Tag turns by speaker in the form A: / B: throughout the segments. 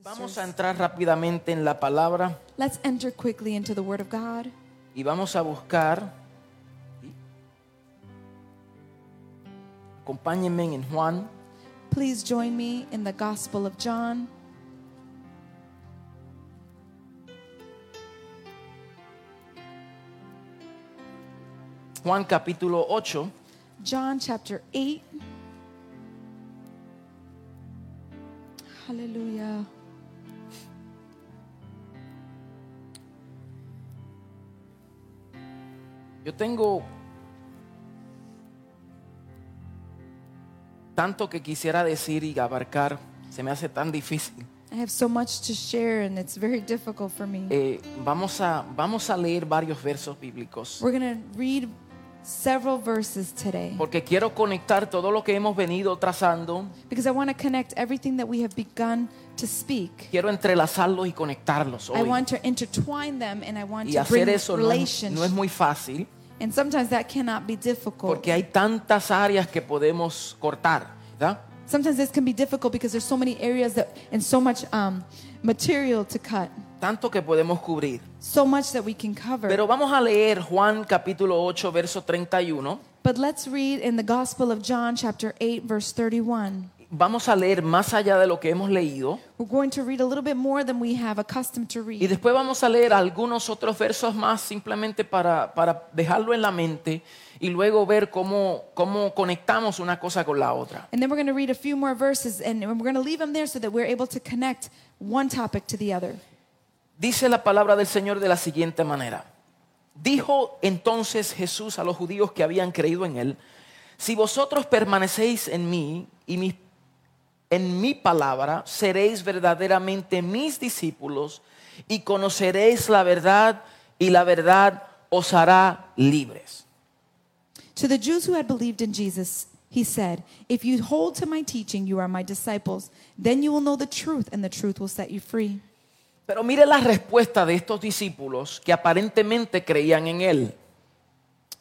A: Vamos
B: sisters.
A: a entrar rápidamente en la palabra
B: Let's enter quickly into the Word of God
A: y vamos a buscar. Acompáñenme en Juan
B: Please join me in the Gospel of John,
A: Juan capítulo 8
B: John chapter 8. Hallelujah.
A: Yo tengo tanto que quisiera decir y abarcar, se me hace tan difícil.
B: I have so much to share, and it's very difficult for me.
A: Eh, vamos, a, vamos a leer varios versos bíblicos,
B: We're going to read several verses today
A: porque quiero conectar todo lo que hemos venido trazando,
B: because I want to connect everything that we have begun to speak.
A: quiero entrelazarlos y conectarlos hoy.
B: I want to intertwine them and I want
A: Y
B: to bring
A: hacer eso no es,
B: relationship.
A: no es muy fácil,
B: and sometimes that cannot be difficult.
A: porque hay tantas áreas que podemos cortar, ¿verdad?
B: Sometimes this can be difficult because there's so many areas that and so much um, material to cut,
A: Tanto que podemos cubrir.
B: so much that we can cover.
A: Pero vamos a leer Juan capítulo 8, verso 31.
B: but let's read in the Gospel of John, chapter 8, verse 31.
A: Vamos a leer más allá de lo que hemos leído.
B: We're going to read a little bit more than we have accustomed to
A: Y
B: read.
A: después vamos a leer algunos otros versos más simplemente para, para dejarlo en la mente y luego ver cómo, cómo conectamos una cosa con la otra.
B: And then we're going to read a few more verses and we're going to leave them there so that we're able to connect one topic to the other.
A: Dice la palabra del Señor de la siguiente manera. Dijo entonces Jesús a los judíos que habían creído en él, si vosotros permanecéis en mí y mis en mi palabra seréis verdaderamente mis discípulos y conoceréis la verdad y la verdad os hará libres.
B: To the Jews who had believed in Jesus, he said, If you hold to my teaching, you are my disciples. Then you will know the truth, and the truth will set you free.
A: Pero mire la respuesta de estos discípulos que aparentemente creían en él.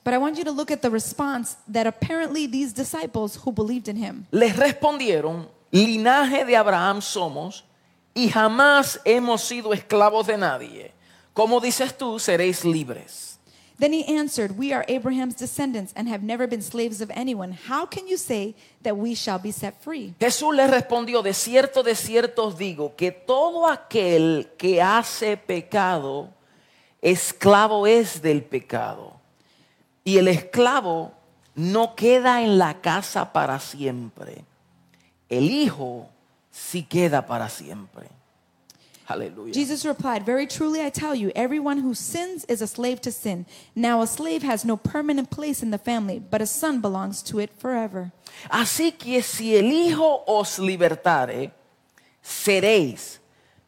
B: But I want you to look at the response that apparently these disciples who believed in him,
A: Les respondieron, linaje de Abraham somos y jamás hemos sido esclavos de nadie. Como dices tú, seréis libres.
B: then he answered, We are Abraham's descendants and have never been slaves of anyone. How can you say that we shall be set free?
A: Jesús les respondió, de cierto, de cierto os digo, que todo aquel que hace pecado, esclavo es del pecado. Y el esclavo no queda en la casa para siempre. El hijo sí queda para siempre. Aleluya.
B: Jesus replied, Very truly I tell you, everyone who sins is a slave to sin. Now a slave has no permanent place in the family, but a son belongs to it forever.
A: Así que si el Hijo os libertare, seréis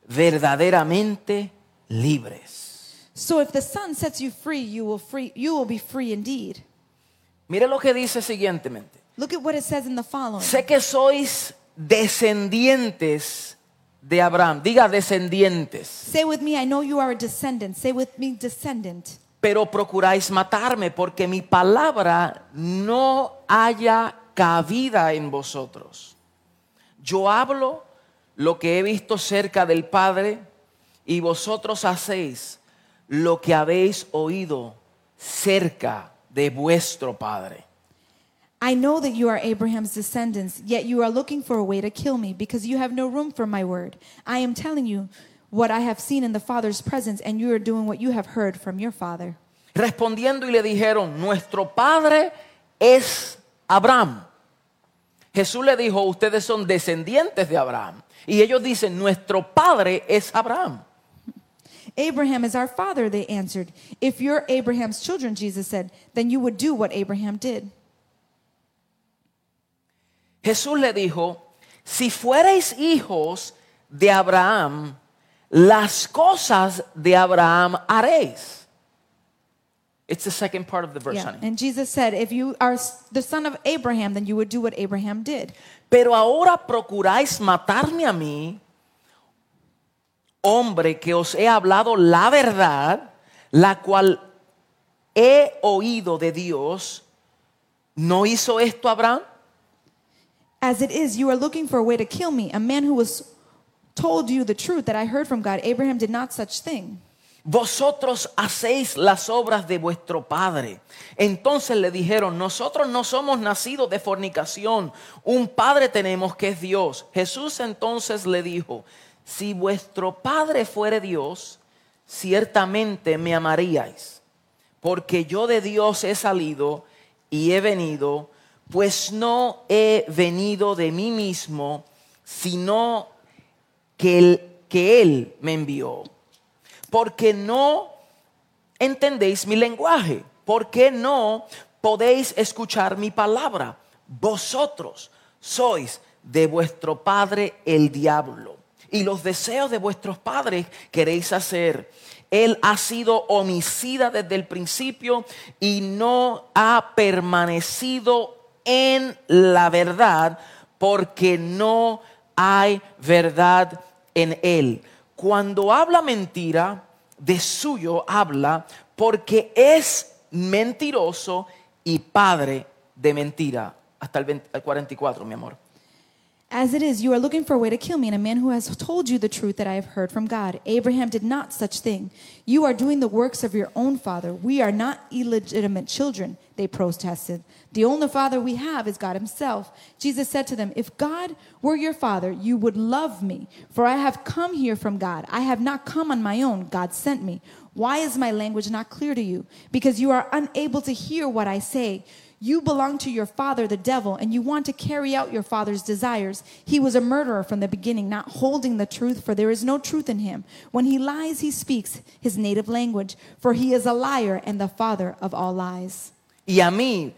A: verdaderamente libres.
B: So if the son sets you free, you will free you will be free indeed.
A: Mire lo que dice siguientemente.
B: Look at what it says in the following.
A: Sé que sois descendientes de Abraham. Diga descendientes.
B: Say with me, I know you are a descendant. Say with me, descendant.
A: Pero procuráis matarme porque mi palabra no haya cabida en vosotros. Yo hablo lo que he visto cerca del Padre y vosotros hacéis lo que habéis oído cerca de vuestro Padre.
B: I know that you are Abraham's descendants, yet you are looking for a way to kill me because you have no room for my word. I am telling you what I have seen in the Father's presence, and you are doing what you have heard from your father.
A: Respondiendo y le dijeron, nuestro Padre es Abraham. Jesús le dijo, ustedes son descendientes de Abraham. Y ellos dicen, nuestro Padre es Abraham.
B: Abraham is our father, they answered. If you're Abraham's children, Jesus said, then you would do what Abraham did.
A: Jesús le dijo, si fuereis hijos de Abraham, las cosas de Abraham haréis. It's the second part of the verse,
B: Yeah.
A: honey.
B: And Jesus said, if you are s- the son of Abraham, then you would do what Abraham did.
A: Pero ahora procuráis matarme a mí, hombre que os he hablado la verdad, la cual he oído de Dios. ¿No hizo esto Abraham?
B: As it is, you are looking for a way to kill me, a man who was told you the truth that I heard from God. Abraham did not such thing.
A: Vosotros hacéis las obras de vuestro padre. Entonces le dijeron, nosotros no somos nacidos de fornicación, un padre tenemos que es Dios. Jesús entonces le dijo, si vuestro padre fuere Dios, ciertamente me amaríais, porque yo de Dios he salido y he venido, pues no he venido de mí mismo, sino que él, que él me envió porque no entendéis mi lenguaje, porque no podéis escuchar mi palabra. Vosotros sois de vuestro padre el diablo, y los deseos de vuestros padres queréis hacer. Él ha sido homicida desde el principio y no ha permanecido en la verdad porque no hay verdad en él cuando habla mentira, de suyo habla, porque es mentiroso y padre de mentira. Hasta el, 20 al 44, mi amor.
B: As it is, you are looking for a way to kill me, and a man who has told you the truth that I have heard from God. Abraham did not such thing. You are doing the works of your own father. We are not illegitimate children, they protested. The only father we have is God Himself. Jesus said to them, If God were your father, you would love me, for I have come here from God. I have not come on my own. God sent me. Why is my language not clear to you? Because you are unable to hear what I say. You belong to your father, the devil, and you want to carry out your father's desires. He was a murderer from the beginning, not holding the truth, for there is no truth in him. When he lies, he speaks his native language, for he is a liar and the father of all lies.
A: Y a mí,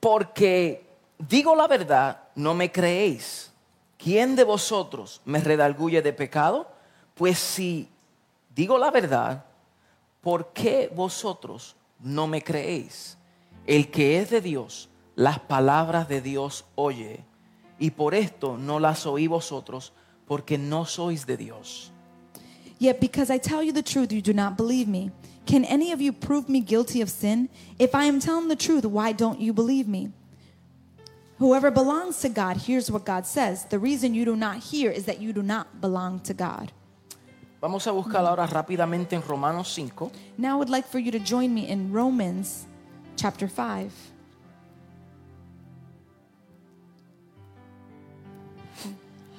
A: porque digo la verdad, no me creéis. ¿Quién de vosotros me redarguye de pecado? Pues si digo la verdad, ¿por qué vosotros no me creéis? El que es de Dios, las palabras de Dios oye, y por esto no las oí vosotros, porque no sois de Dios.
B: Yet because I tell you the truth, you do not believe me. Can any of you prove me guilty of sin? If I am telling the truth, why don't you believe me? Whoever belongs to God hears what God says. The reason you do not hear is that you do not belong to God.
A: Vamos a buscar ahora rápidamente en Romanos 5,
B: Now I would like for you to join me in Romans chapter 5.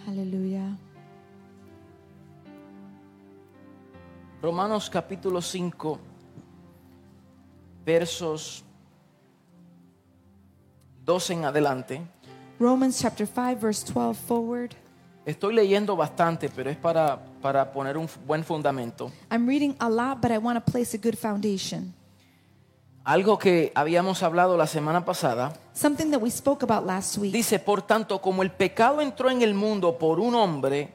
B: Hallelujah.
A: Romanos capítulo 5, versos 12 en adelante.
B: Romans chapter 5, verse 12 forward.
A: Estoy leyendo bastante, pero es para, para poner un buen fundamento.
B: I'm reading a lot, but I want to place a good foundation.
A: Algo que habíamos hablado la semana pasada.
B: Something that we spoke about last week.
A: Dice, por tanto, como el pecado entró en el mundo por un hombre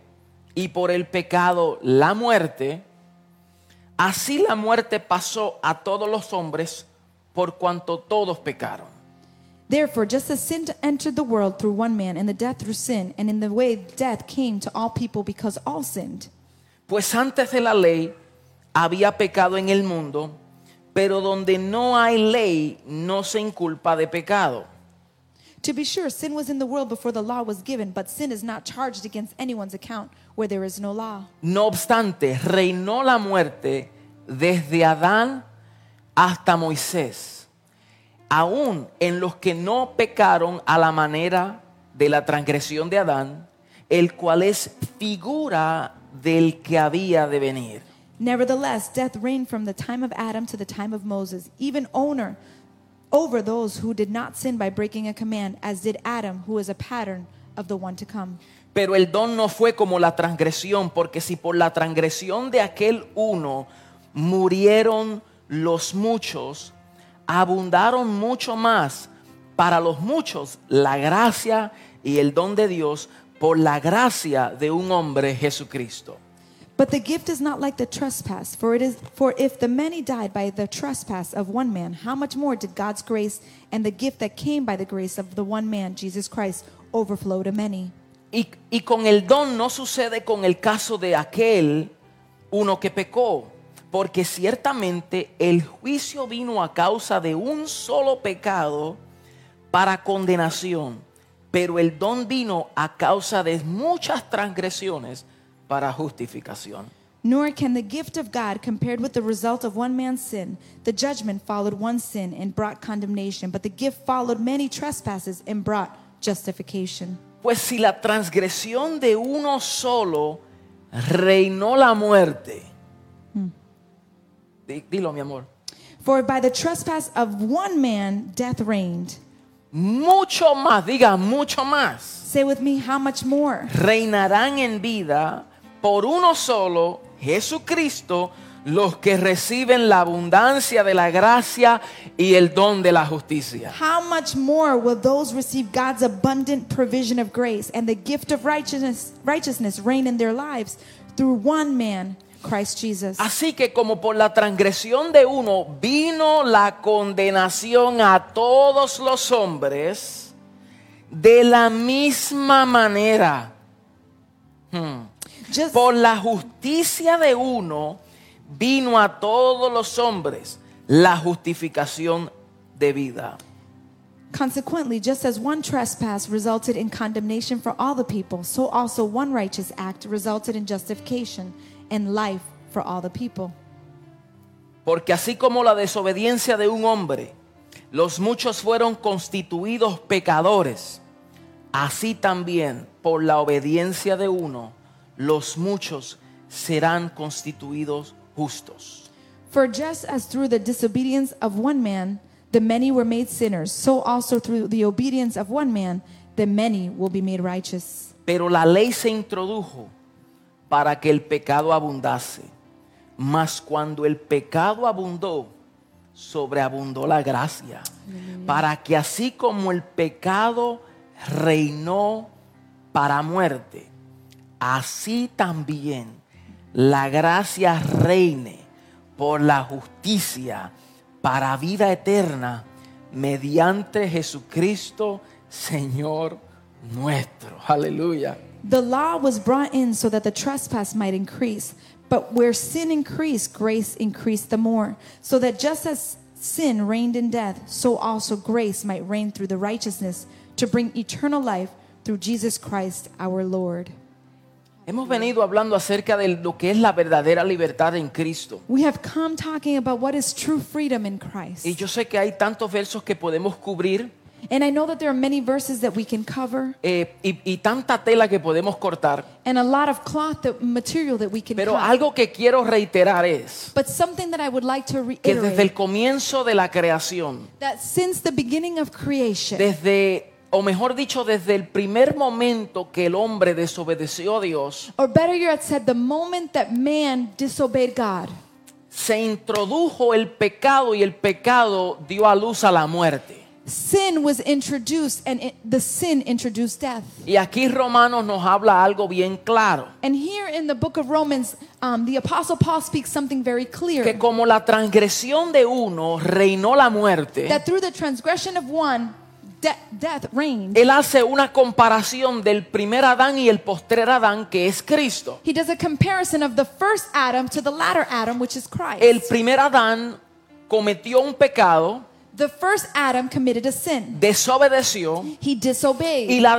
A: y por el pecado la muerte, así la muerte pasó a todos los hombres por cuanto todos pecaron.
B: Therefore, just as sin entered the world through one man, and the death through sin, and in the way death came to all people because all sinned.
A: Pues antes de la ley había pecado en el mundo, pero donde no hay ley no se inculpa de pecado.
B: To be sure, sin was in the world before the law was given, but sin is not charged against anyone's account where there is no law.
A: No obstante, reinó la muerte desde Adán hasta Moisés, aún en los que no pecaron a la manera de la transgresión de Adán, el cual es figura del que había de venir.
B: Nevertheless, death reigned from the time of Adam to the time of Moses, even owner over those who did not sin by breaking a command, as did Adam, who is a pattern of the one to come.
A: Pero el don no fue como la transgresión, porque si por la transgresión de aquel uno murieron los muchos, abundaron mucho más para los muchos la gracia y el don de Dios por la gracia de un hombre Jesucristo.
B: But the gift is not like the trespass, for it is for if the many died by the trespass of one man, how much more did God's grace and the gift that came by the grace of the one man, Jesus Christ, overflow to many?
A: Y, y con el don no sucede con el caso de aquel uno que pecó, porque ciertamente el juicio vino a causa de un solo pecado para condenación, pero el don vino a causa de muchas transgresiones para justificación.
B: Nor can the gift of God compared with the result of one man's sin. The judgment followed one sin and brought condemnation, but the gift followed many trespasses and brought justification.
A: Pues si la transgresión de uno solo reinó la muerte. Di- Dilo, mi amor.
B: For by the trespass of one man death reigned.
A: Mucho más, diga, mucho más.
B: Say with me, how much more?
A: Reinarán en vida por uno solo, Jesucristo, los que reciben la abundancia de la gracia y el don de la justicia.
B: How much more will those receive God's abundant provision of grace and the gift of righteousness, righteousness reign in their lives through one man, Christ Jesus?
A: Así que como por la transgresión de uno vino la condenación a todos los hombres, de la misma manera,
B: Just
A: por la justicia de uno vino a todos los hombres la justificación de vida.
B: consequently, just as one trespass resulted in condemnation for all the people, so also one righteous act resulted in justification and life for all the people.
A: Porque así como la desobediencia de un hombre, los muchos fueron constituidos pecadores, así también por la obediencia de uno, los muchos serán constituidos justos.
B: For just as through the disobedience of one man the many were made sinners, so also through the obedience of one man the many will be made righteous.
A: Pero la ley se introdujo para que el pecado abundase. Mas cuando el pecado abundó, sobreabundó la gracia. Para que así como el pecado reinó para muerte, así también la gracia reine por la justicia para vida eterna mediante Jesucristo, Señor nuestro. Aleluya.
B: The law was brought in so that the trespass might increase, but where sin increased, grace increased the more, so that just as sin reigned in death, so also grace might reign through the righteousness to bring eternal life through Jesus Christ our Lord.
A: Hemos venido hablando acerca de lo que es la verdadera libertad en Cristo.
B: We have come talking about what is true freedom in Christ.
A: Y yo sé que hay tantos versos que podemos cubrir
B: And I know that there are many verses that we can cover
A: eh, y, y tanta tela que podemos cortar.
B: and a lot of cloth that, material that we can
A: Pero
B: cut.
A: algo que quiero reiterar es
B: but something that I would like to
A: que desde
B: reiterate
A: el comienzo de la creación,
B: that since the beginning of creation,
A: desde, o mejor dicho, desde el primer momento que el hombre desobedeció a Dios,
B: or better yet said, the moment that man disobeyed God,
A: se introdujo el pecado y el pecado dio a luz a la muerte.
B: sin was introduced and it, the sin introduced death.
A: Y aquí Romanos nos habla algo bien claro.
B: And here in the book of Romans, um, the Apostle Paul speaks something very clear
A: que como la transgresión de uno reinó la muerte,
B: that through the transgression of one, de- death reigned.
A: él hace una comparación del primer Adán y el postrer Adán, que es Cristo.
B: He does a comparison of the first Adam to the latter Adam, which is Christ.
A: El primer Adán cometió un pecado,
B: The first Adam committed a sin.
A: desobedeció,
B: He
A: y
B: disobeyed.
A: la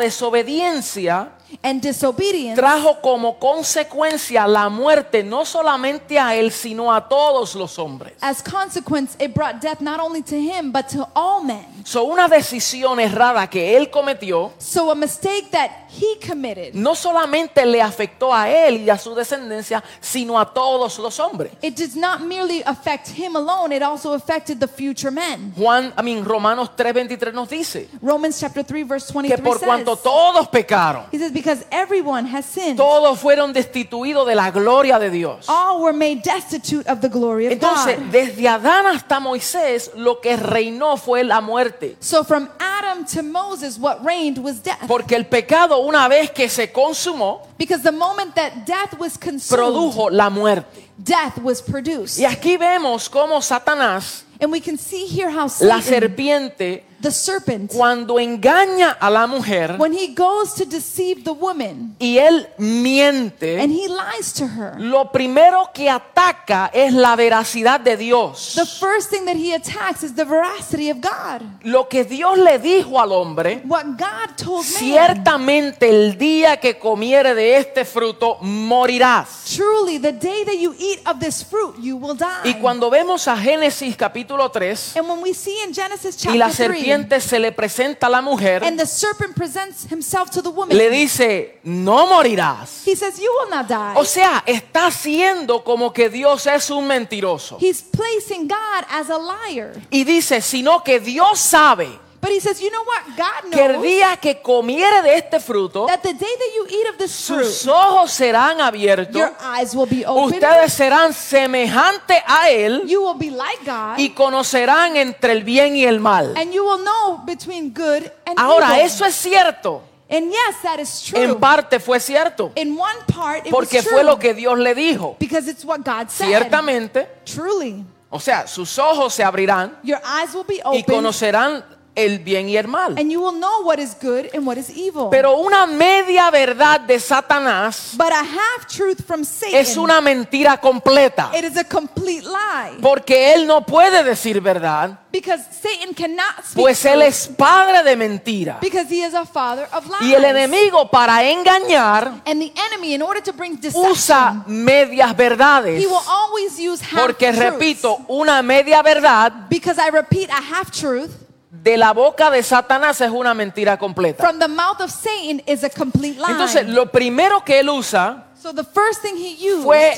A: desobediencia
B: And disobedience
A: trajo como consecuencia la muerte no solamente a él, sino a todos los hombres.
B: as consequence it brought death not only to him but to all men.
A: So, una decisión errada que él cometió
B: So a mistake that he committed
A: no solamente le afectó a él y a su descendencia, sino a todos los hombres.
B: it does not merely affect him alone it also affected the future men.
A: Juan, I mean, Romanos 3:23 nos dice
B: Romans chapter 3 verse
A: que
B: 23
A: por cuanto
B: says
A: todos pecaron,
B: He says because everyone has sinned
A: todos fueron destituidos de la gloria de Dios.
B: all were made destitute of the glory of
A: Entonces,
B: Oh, God.
A: desde Adán hasta Moisés, lo que reinó fue la muerte.
B: So from Adam to Moses what reigned was death
A: Porque el pecado, una vez que se consumó,
B: because the moment that death was consumed
A: produjo la muerte.
B: death was produced.
A: Y aquí vemos cómo Satanás,
B: And we can see here how
A: la
B: Satan,
A: serpiente,
B: the serpent,
A: Cuando engaña a la mujer
B: when he goes to deceive the woman
A: y él miente,
B: and he lies to her,
A: lo primero que ataca es la veracidad de
B: the
A: Dios.
B: first thing that he attacks is the veracity of God.
A: Lo que Dios le dijo al hombre
B: What God told man.
A: Ciertamente el día que comiere de este fruto morirás.
B: Truly, the day that you eat of this fruit, you will
A: Y
B: die.
A: cuando vemos a Génesis capítulo 3
B: And when we see in Genesis
A: y la
B: chapter 3,
A: serpiente se le presenta a la mujer,
B: and the serpent presents himself to the woman,
A: le dice, no morirás.
B: he says, You will not die.
A: O sea, está haciendo como que Dios es un mentiroso.
B: He's placing God as a liar.
A: Y dice, sino que Dios sabe
B: But he says, You know what? God
A: que el
B: knows
A: día que comiere de este fruto,
B: that the day that you eat of this
A: sus
B: fruit,
A: ojos serán abiertos,
B: your eyes will be open.
A: ustedes serán semejantes a Él.
B: You will be like God,
A: y conocerán entre el bien y el mal.
B: and you will know between good and
A: Ahora,
B: evil.
A: eso es cierto.
B: And yes, that is true.
A: En parte fue cierto,
B: In one part, it was
A: porque
B: true
A: fue lo que Dios le dijo.
B: because it's what God said.
A: Ciertamente,
B: Truly.
A: o sea, sus ojos se abrirán
B: Your eyes will be
A: y
B: open
A: conocerán el bien y el mal.
B: and you will know what is good and what is evil.
A: Pero una media verdad de Satanás
B: but a half truth from Satan
A: es una mentira completa,
B: it is a complete lie.
A: porque él no puede decir verdad,
B: Because Satan cannot speak
A: pues él
B: truth,
A: es padre de mentira.
B: because he is a father of lies.
A: Y el enemigo para engañar
B: and the enemy, in order to bring
A: usa
B: deception,
A: medias verdades.
B: he will always use half
A: Porque
B: truths.
A: repito, una media verdad
B: because I repeat, a half truth
A: de la boca de Satanás es una mentira completa.
B: from the mouth of Satan is a complete lie.
A: Entonces, lo primero que él usa
B: so the first thing he used
A: fue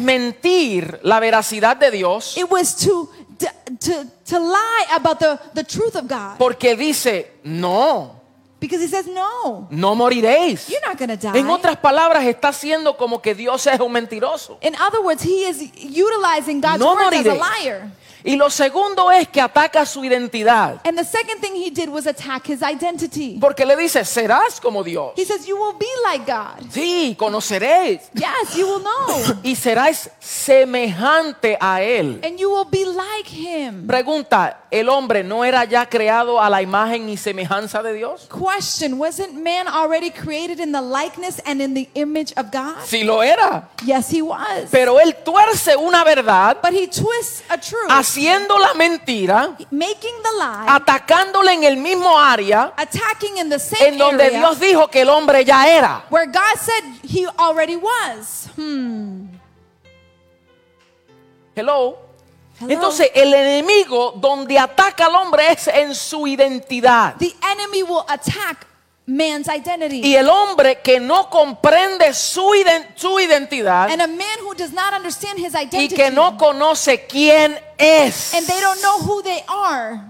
A: desmentir la veracidad de Dios
B: it was to to, to, to lie about the, the truth of God.
A: porque dice, no,
B: Because he says, No,
A: no moriréis.
B: you're not going to die.
A: En otras palabras, está haciendo como que Dios es un mentiroso.
B: In other words, he is utilizing God's
A: No
B: words as a
A: moriréis.
B: liar.
A: Y lo segundo es que ataca su identidad
B: And the second thing he did was attack his identity.
A: porque le dice, serás como Dios.
B: He says, You will be like God.
A: Sí, conoceréis
B: Yes, you will know.
A: y serás semejante a Él.
B: and you will be like him.
A: Pregunta, ¿el hombre no era ya creado a la imagen y semejanza de Dios?
B: Question Wasn't man already created in the likeness and in the image of God?
A: Sí lo era,
B: Yes, he was.
A: pero él tuerce una verdad
B: But he twists a truth,
A: haciendo la mentira,
B: making the lie,
A: atacándole en el mismo área
B: attacking in the same
A: en donde
B: area
A: Dios dijo que el hombre ya era.
B: where God said he already was.
A: Hello.
B: Hello.
A: Entonces, el enemigo donde ataca al hombre es en su identidad.
B: The enemy will attack man's identity.
A: Y el hombre que no comprende su, iden- su identidad
B: And a man who does not understand his
A: y
B: identity
A: que no conoce quién es.
B: and they don't know who they are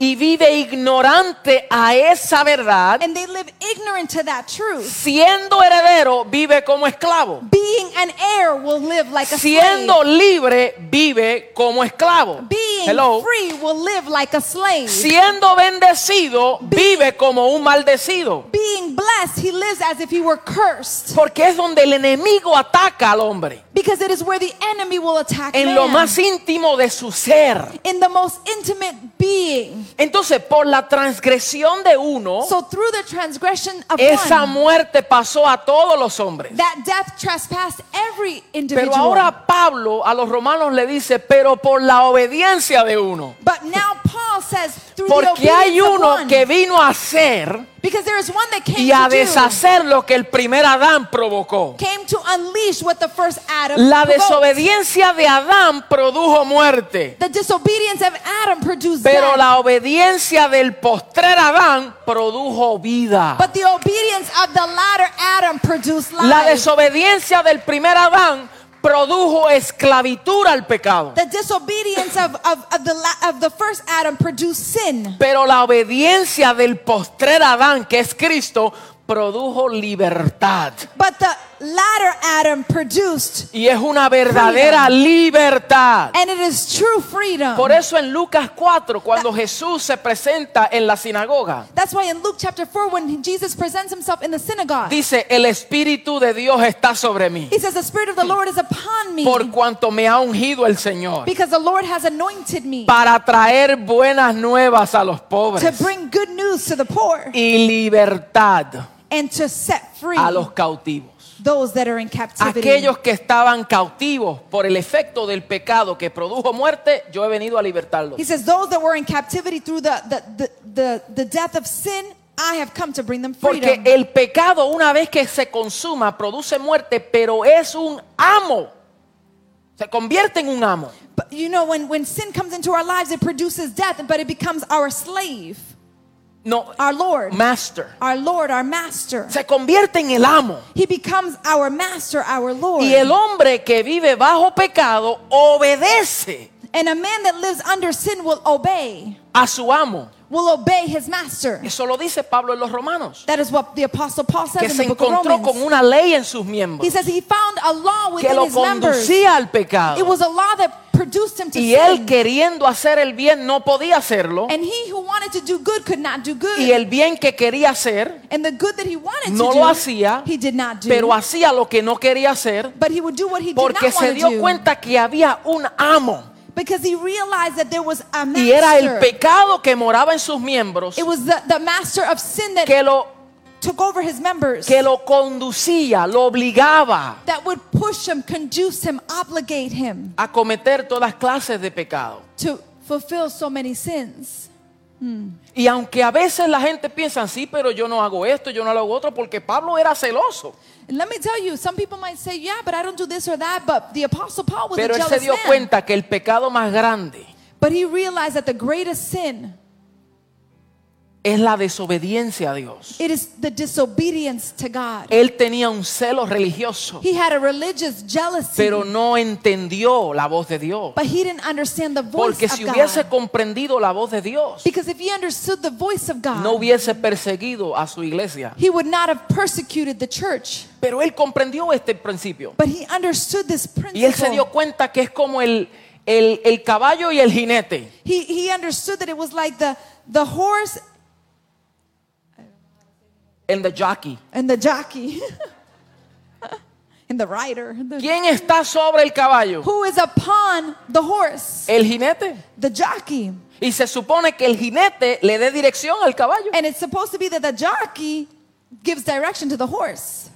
A: y vive ignorante a esa verdad,
B: and they live ignorant to that truth.
A: siendo heredero vive como esclavo,
B: Being an heir will live like a
A: siendo
B: slave.
A: libre vive como esclavo.
B: Being
A: Hello.
B: free will live like a slave.
A: Siendo bendecido vive como un maldecido,
B: Being blessed, he lives as if he were cursed.
A: porque es donde el enemigo ataca al hombre,
B: Because it is where the enemy will attack
A: en
B: man.
A: lo más íntimo de su ser.
B: in the most intimate being.
A: Entonces, por la transgresión de uno,
B: So through the transgression of
A: Oh. esa
B: one,
A: muerte pasó a todos los hombres.
B: that death trespassed every individual.
A: Pero ahora Pablo a los romanos le dice, pero por la obediencia de uno.
B: But now Paul says through the
A: Porque
B: obedience
A: hay
B: of
A: uno
B: one,
A: que vino a hacer
B: because there is one that came
A: y a
B: to do,
A: deshacer lo que el primer Adán provocó.
B: came to unleash what the first Adam
A: La
B: provoked.
A: desobediencia de Adán produjo muerte,
B: The disobedience of Adam produced
A: pero
B: death,
A: la obediencia del postrer Adán produjo vida.
B: but the obedience of the latter Adam produced
A: La
B: life.
A: desobediencia del primer Adán produjo esclavitud al pecado,
B: the disobedience of, of, of, the la- of the first Adam produced sin,
A: pero la obediencia del postrer Adán, que es Cristo, produjo libertad.
B: but the latter Adam produced,
A: y es una verdadera libertad.
B: and it is true freedom.
A: Por eso en Lucas 4, cuando Jesús se presenta en la sinagoga,
B: That's why in Luke chapter 4, when Jesus presents himself in the synagogue,
A: dice, el Espíritu de Dios está sobre mí,
B: he says, The Spirit of the Lord is upon me
A: por cuanto me ha ungido el Señor,
B: because the Lord has anointed me
A: para traer buenas nuevas a los
B: to
A: pobres
B: bring good news to the poor
A: y libertad
B: and to set free
A: a los cautivos.
B: those that are in captivity.
A: Aquellos que estaban cautivos por el efecto del pecado que produjo muerte, yo he venido a libertarlos.
B: He says, Those that were in captivity through the, the, the, the, the death of sin, I have come to bring them
A: Porque
B: freedom.
A: el pecado una vez que se consuma produce muerte, pero es un amo. Se convierte en un amo.
B: But you know, when, when sin comes into our lives, it produces death, but it becomes our slave,
A: No,
B: our Lord,
A: master.
B: our Lord, our master.
A: Se convierte en el amo.
B: He becomes our master, our Lord.
A: Y el hombre que vive bajo pecado obedece
B: And a man that lives under sin will obey,
A: a su amo.
B: will obey his master.
A: Eso lo dice Pablo en los Romanos,
B: That is what the apostle Paul
A: que
B: says
A: se
B: in the book of
A: encontró con
B: Romans.
A: una ley en sus
B: He
A: miembros
B: says he found a law
A: que
B: within
A: lo
B: his members. It
A: conducía al pecado.
B: was a law that produced him to
A: Y él
B: sin.
A: queriendo hacer el bien no podía hacerlo.
B: And he who wanted to do good could not do
A: Y
B: good.
A: el bien que quería hacer
B: And the good that he wanted
A: no
B: to
A: lo
B: do,
A: hacía,
B: he did not do.
A: pero hacía lo que no quería hacer
B: but he would do what he did not
A: porque se
B: want to
A: dio
B: do.
A: cuenta que había un amo
B: Because he realized that there was a master.
A: y era el pecado que moraba en sus miembros
B: it was the, the master of sin that
A: que lo
B: took over his members.
A: que lo conducía, lo obligaba
B: that would push him, conduce him, obligate him
A: a cometer todas clases de pecado.
B: to fulfill so many sins.
A: Y aunque a veces la gente piensa, sí, pero yo no hago esto, yo no lo hago otro, porque Pablo era celoso.
B: And let me tell you, some people might say, yeah, but I don't do this or that. But the Apostle Paul was
A: Pero
B: a
A: él se
B: jealous
A: dio
B: man.
A: cuenta que el pecado más grande
B: But he realized that the greatest sin,
A: es la desobediencia a Dios.
B: it is the disobedience to God.
A: Él tenía un celo religioso.
B: He had a religious jealousy,
A: pero no entendió la voz de Dios.
B: but he didn't understand the voice
A: Porque
B: of
A: si
B: God.
A: hubiese comprendido la voz de Dios,
B: because if he understood the voice of God,
A: no hubiese perseguido a su iglesia.
B: he would not have persecuted the church.
A: Pero él comprendió este principio.
B: But he understood this principle.
A: Y él se dio cuenta que es como el, el, el caballo y el jinete.
B: He, he understood that it was like the, the horse
A: En the jockey.
B: and the jockey and the rider. The-
A: ¿Quién está sobre el caballo?
B: who is upon the horse?
A: El jinete.
B: The jockey.
A: Y se supone que el jinete le dé dirección al caballo.
B: And it's supposed to be that the jockey gives direction to the horse.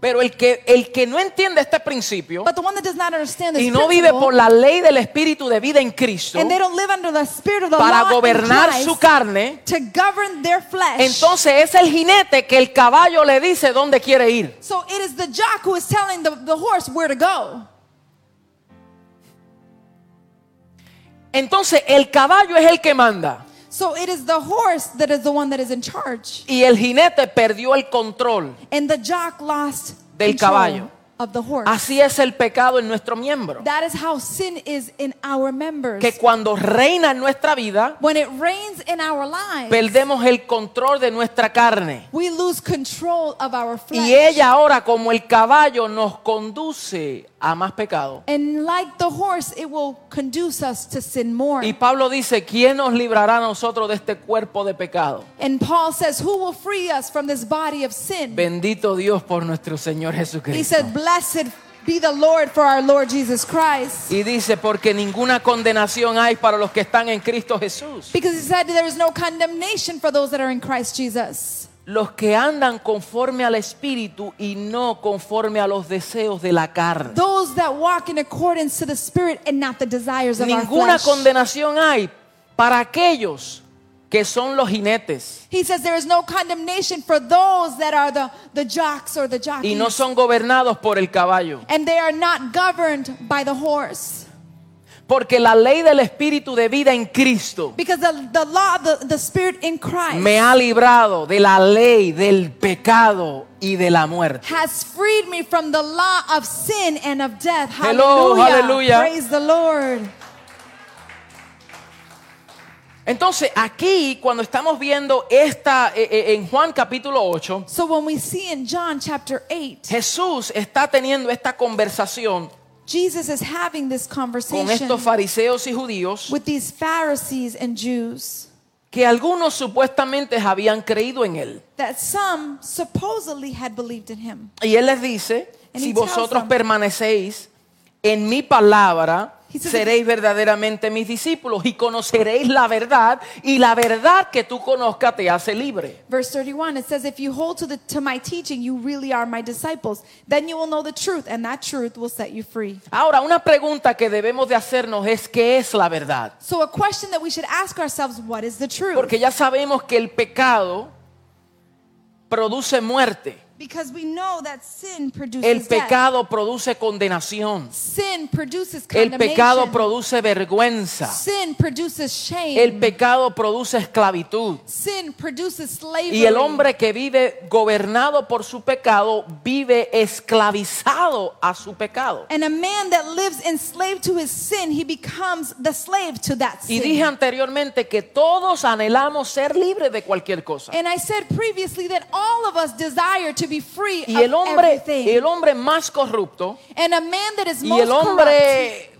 A: Pero el que, el que no entiende este principio
B: But the one that does not understand this
A: y no vive por
B: principle,
A: la ley del espíritu de vida en Cristo
B: and they don't live under the spirit of the
A: para
B: law in
A: gobernar
B: Christ,
A: su carne,
B: to govern their flesh.
A: Entonces es el jinete que el caballo le dice dónde quiere ir.
B: so it is the jock who is telling the, the horse where to go.
A: Entonces el caballo es el que manda
B: So it is the horse that is the one that is in charge.
A: y el jinete perdió el control.
B: And the jock lost
A: Del
B: control
A: caballo.
B: of the horse.
A: Así es el pecado en nuestro miembro,
B: That is how sin is in our members.
A: que cuando reina en nuestra vida,
B: when it reigns in our lives,
A: perdemos el control de nuestra carne.
B: we lose control of our flesh.
A: Y ella ahora como el caballo nos conduce a más pecado.
B: and like the horse, it will conduce us to sin more.
A: Y Pablo dice, ¿quién nos librará a nosotros de este cuerpo de pecado?
B: and Paul says, Who will free us from this body of sin?
A: Bendito Dios por nuestro Señor
B: He
A: Jesucristo.
B: said, Blessed be the Lord for our Lord Jesus Christ.
A: Y dice, porque ninguna condenación hay para los que están en Cristo Jesús.
B: Because he said there is no condemnation for those that are in Christ Jesus.
A: Los que andan conforme al Espíritu y no conforme a los deseos de la carne.
B: Those that walk in accordance to the Spirit and not the desires of our
A: Ninguna
B: flesh.
A: condenación hay para aquellos que son los jinetes
B: He says there is no condemnation for those that are the, the jocks or the jockeys.
A: y no son gobernados por el caballo.
B: and they are not governed by the horse.
A: Porque la ley del Espíritu de vida en Cristo
B: Because the, the law, the, the spirit in Christ
A: me ha librado de la ley del pecado y de la muerte.
B: has freed me from the law of sin and of death.
A: Hello,
B: Hallelujah.
A: hallelujah.
B: Praise the Lord.
A: Entonces, aquí cuando estamos viendo esta eh, eh, en Juan capítulo 8,
B: So when we see in John chapter 8,
A: Jesús está teniendo esta conversación
B: Jesus is having this
A: con
B: conversation
A: estos fariseos y judíos
B: with these Pharisees and Jews
A: que algunos supuestamente habían creído en él.
B: that some supposedly had believed in him.
A: Y él les dice,
B: And
A: si
B: he tells
A: vosotros
B: them-
A: permanecéis en mi palabra,
B: He says-
A: seréis verdaderamente mis discípulos y conoceréis la verdad y la verdad que tú conozcas te hace libre.
B: Verse 31, it says, If you hold to, the, to my teaching, you really are my disciples. Then you will know the truth, and that truth will set you free.
A: Ahora, una pregunta que debemos de hacernos es ¿qué es la verdad?
B: So, a question that we should ask ourselves what is the truth?
A: Porque ya sabemos que el pecado produce muerte.
B: because we know that sin
A: El
B: produces death.
A: pecado produce condenación.
B: Sin produces
A: El
B: condemnation.
A: pecado produce vergüenza.
B: sin produces shame.
A: El pecado produce esclavitud.
B: sin produces slavery.
A: Y el hombre que vive gobernado por su pecado vive esclavizado a su pecado.
B: and a man that lives enslaved to his sin, he becomes the slave to that
A: Y
B: sin.
A: dije anteriormente que todos anhelamos ser libres de cualquier cosa.
B: and I said previously that all of us desire to be free
A: Y
B: of
A: el hombre,
B: everything.
A: el hombre más corrupto
B: And a man that is
A: y
B: most
A: el
B: corrupt,
A: hombre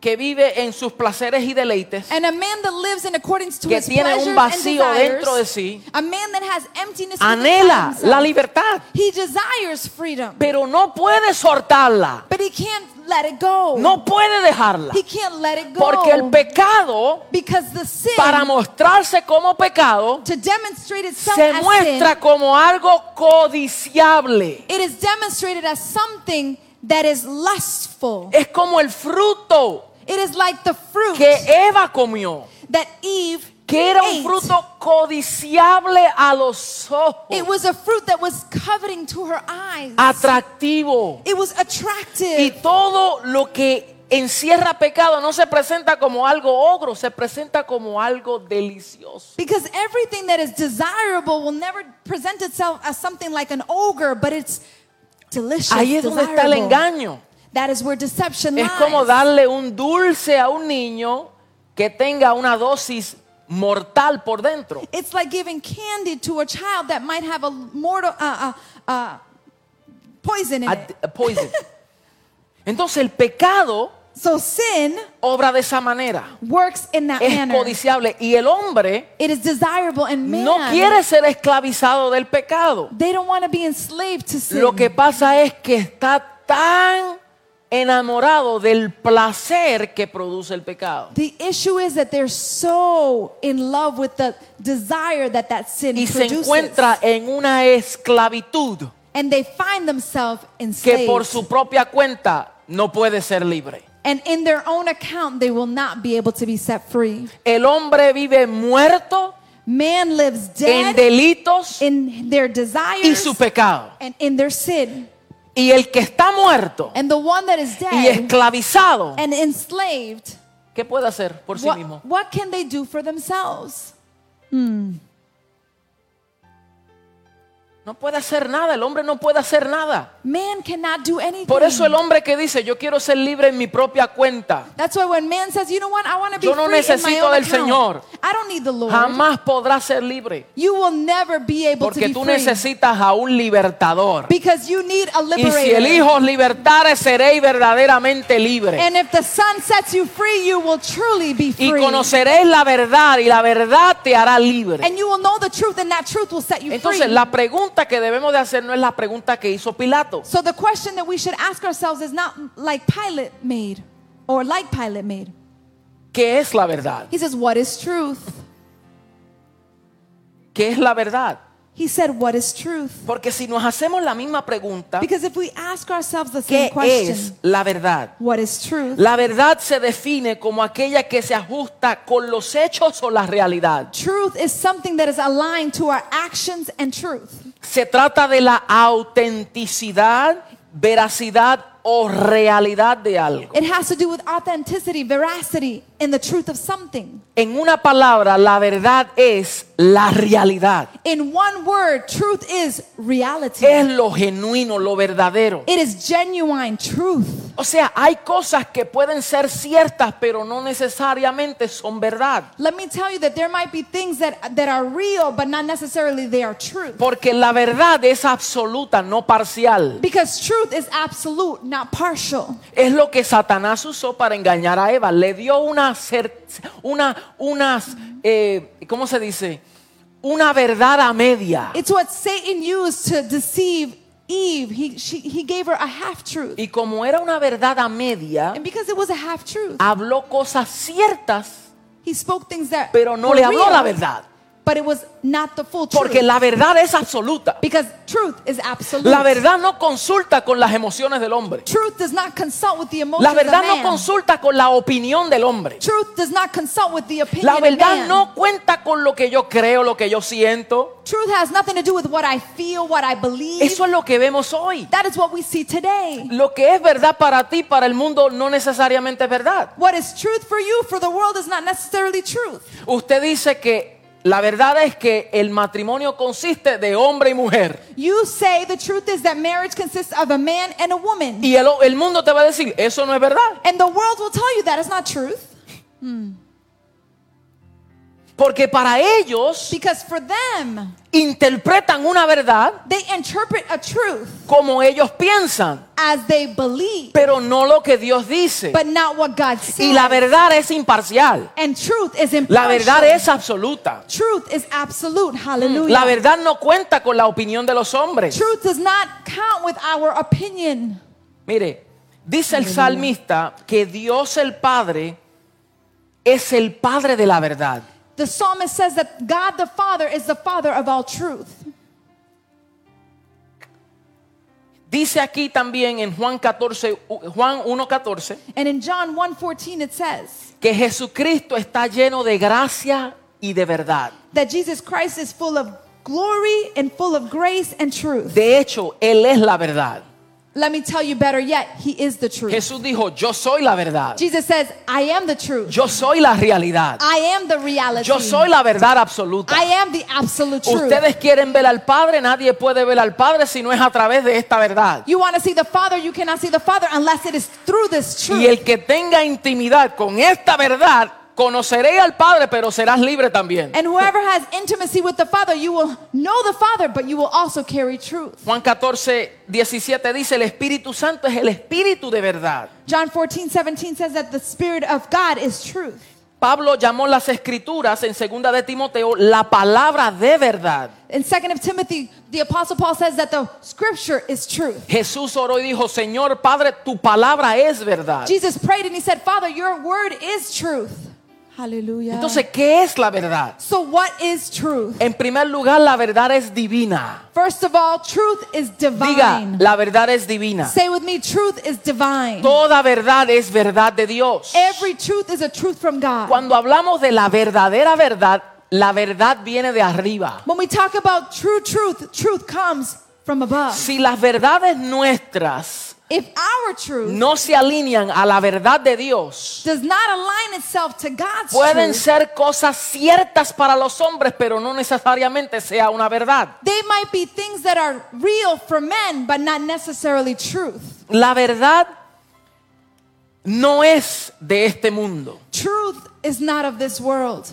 A: que vive en sus placeres y deleites,
B: and a man that lives in accordance to
A: que
B: his
A: tiene
B: pleasures
A: un
B: and
A: vacío
B: desires,
A: dentro de sí,
B: a man that has emptiness within
A: anhela
B: himself.
A: la libertad,
B: He desires freedom,
A: pero no puede soltarla,
B: but he can't let it go.
A: no puede dejarla,
B: he can't let it go
A: porque el pecado,
B: because the sin
A: para mostrarse como pecado,
B: to demonstrate itself
A: se
B: as
A: muestra
B: sin,
A: como algo codiciable.
B: it is demonstrated as something that is lustful.
A: Es como el fruto
B: It is like the fruit
A: que Eva comió,
B: that Eve
A: que era un
B: ate.
A: fruto codiciable a los ojos,
B: It was a fruit that was coveting to her eyes.
A: atractivo.
B: it was attractive.
A: Y todo lo que encierra pecado no se presenta como algo ogro, se presenta como algo delicioso.
B: Because everything that is desirable will never present itself as something like an ogre, but it's delicious.
A: Ahí es donde está el
B: desirable.
A: engaño.
B: That is where deception
A: Es
B: lies.
A: como darle un dulce a un niño que tenga una dosis mortal por dentro.
B: It's like giving candy to a child that might have a mortal uh, uh, uh, poison in
A: Ad-
B: it.
A: poison. Entonces el pecado
B: So sin
A: obra de esa manera.
B: works in that
A: Es
B: manner.
A: codiciable. Y el hombre
B: It is desirable, and man,
A: no quiere ser esclavizado del pecado.
B: they don't want to be enslaved to sin.
A: Lo que pasa es que está tan enamorado del placer que produce el pecado.
B: the issue is that they're so in love with the desire that that sin
A: Y se
B: produces.
A: encuentra en una esclavitud
B: And they find themselves
A: que por
B: enslaved.
A: su propia cuenta no puede ser libre.
B: And in their own account, they will not be able to be set free.
A: El hombre vive muerto
B: Man lives
A: en
B: dead
A: delitos
B: in their
A: y
B: desires
A: su pecado.
B: and in their sin.
A: Y el que está muerto
B: And the one that is
A: y
B: dead
A: esclavizado,
B: and enslaved,
A: ¿qué puede hacer por sí mismo?
B: what, what can they do for themselves?
A: No puede hacer nada, el hombre no puede hacer nada.
B: Man cannot do anything.
A: Por eso el hombre que dice, yo quiero ser libre en mi propia cuenta,
B: That's why when man says, you know what, I want to be
A: Yo no
B: free in my
A: necesito
B: own
A: del
B: account.
A: Señor.
B: I don't need the Lord.
A: jamás podrá ser libre.
B: You will never be able to
A: Porque
B: be
A: tú
B: free
A: necesitas a un libertador.
B: because you need a
A: Y
B: liberator.
A: si el Hijo os libertare, seréis verdaderamente libres.
B: And if the Son sets you free, you will truly be
A: Y
B: free.
A: conoceréis la verdad y la verdad te hará libre.
B: And you will know the truth, and that truth will set you
A: Entonces
B: free.
A: la pregunta que debemos de hacer no es la pregunta que hizo Pilato.
B: so the question that we should ask ourselves is not like Pilate made, or like Pilate made.
A: ¿Qué es la verdad?
B: He says, "What is truth?"
A: ¿Qué es la verdad?
B: He said, "What is truth?"
A: Porque si nos hacemos la misma pregunta,
B: Because if we ask ourselves the
A: ¿qué
B: same question,
A: es la verdad?
B: "What is truth?"
A: La verdad se define como aquella que se ajusta con los hechos o la realidad.
B: Truth is something that is aligned to our actions and truth.
A: Se trata de la autenticidad, veracidad o realidad de algo.
B: It has to do with authenticity, veracity, and the truth of something.
A: En una palabra, la verdad es la realidad.
B: In one word, truth is reality.
A: Es lo genuino, lo verdadero.
B: It is genuine truth.
A: O sea, hay cosas que pueden ser ciertas, pero no necesariamente son verdad.
B: Let me tell you that there might be things that, that are real, but not necessarily they are truth.
A: Porque la verdad es absoluta, no parcial.
B: Because truth is absolute, not partial.
A: Es lo que Satanás usó para engañar a Eva. Le dio una, cer- una unas, eh, ¿cómo se dice? Una verdad a media.
B: It's what Satan used to deceive Eve. He, she, he gave her a half truth.
A: Y como era una verdad a media,
B: And because it was a half truth,
A: habló cosas ciertas,
B: he spoke things that
A: pero no
B: were
A: le habló
B: real,
A: la verdad.
B: But it was not the full truth.
A: Porque la verdad es absoluta.
B: Because truth is absolute.
A: La verdad no consulta con las emociones del hombre.
B: Truth does not consult with the emotions
A: La verdad
B: of
A: no
B: man.
A: consulta con la opinión del hombre.
B: Truth does not consult with the opinion
A: La
B: of
A: verdad
B: man.
A: no cuenta con lo que yo creo, lo que yo siento.
B: Truth has nothing to do with what I feel, what I believe.
A: Eso es lo que vemos hoy.
B: that is what we see today.
A: Lo que es verdad para ti, para el mundo, no necesariamente es verdad.
B: What is truth for you, for the world, is not necessarily truth.
A: Usted dice que la verdad es que el matrimonio consiste de hombre y mujer.
B: You say the truth is that marriage consists of a man and a woman.
A: Y el, el mundo te va a decir, eso no es verdad.
B: And the world will tell you that is not truth.
A: Porque para ellos
B: Because for them,
A: interpretan una verdad
B: they interpret a truth
A: como ellos piensan,
B: as they believe,
A: pero no lo que Dios dice.
B: but not what God
A: Y
B: says.
A: la verdad es imparcial.
B: And truth is
A: La
B: impartial.
A: verdad es absoluta.
B: Truth is absolute. Hallelujah.
A: La verdad no cuenta con la opinión de los hombres.
B: Truth does not count with our opinion.
A: Mire, dice el salmista que Dios el Padre es el Padre de la verdad.
B: The psalmist says that God the Father is the Father of all truth.
A: Dice aquí también en Juan 14, u- Juan 1:14
B: And in John 1:14 it says
A: que Jesucristo está lleno de gracia y de verdad.
B: that Jesus Christ is full of glory and full of grace and truth.
A: De hecho, él es la verdad.
B: Let me tell you better yet, he is the truth.
A: Jesús dijo, "Yo soy la verdad.
B: Jesus says, I am the truth.
A: Yo soy la realidad.
B: I am the reality.
A: Yo soy la verdad absoluta."
B: Ah, I am the absolute truth.
A: Ustedes quieren ver al Padre, nadie puede ver al Padre si no es a través de esta verdad.
B: You want to see the Father, you cannot see the Father unless it is through this truth.
A: Y el que tenga intimidad con esta verdad, conoceré al Padre, pero serás libre también.
B: And whoever has intimacy with the Father, you will know the Father, but you will also carry truth.
A: Juan 14, 17 dice, el Espíritu Santo es el Espíritu de verdad.
B: John 14, 17 says that the Spirit of God is truth.
A: Pablo llamó las escrituras en segunda de Timoteo la palabra de verdad.
B: In 2nd of Timothy, the Apostle Paul says that the scripture is truth.
A: Jesús oró y dijo, Señor Padre, tu palabra es verdad.
B: Jesus prayed and he said, Father, your word is truth. Hallelujah.
A: Entonces, ¿qué es la verdad?
B: so what is truth?
A: En primer lugar, la verdad es divina.
B: First of all, truth is
A: Diga,
B: divine.
A: la verdad es divina.
B: Say with me, truth is divine.
A: Toda verdad es verdad de Dios.
B: Every truth is a truth from God.
A: Ah. Cuando hablamos de la verdadera verdad, la verdad viene de arriba.
B: When we talk about true truth, truth comes from above.
A: Si las verdades nuestras
B: If our truth
A: no se alinean a la verdad de Dios,
B: does not align itself to God's
A: pueden
B: truth,
A: ser cosas ciertas para los hombres, pero no necesariamente sea una verdad.
B: they might be things that are real for men, but not necessarily truth.
A: La verdad no es de este mundo.
B: Truth is not of this world.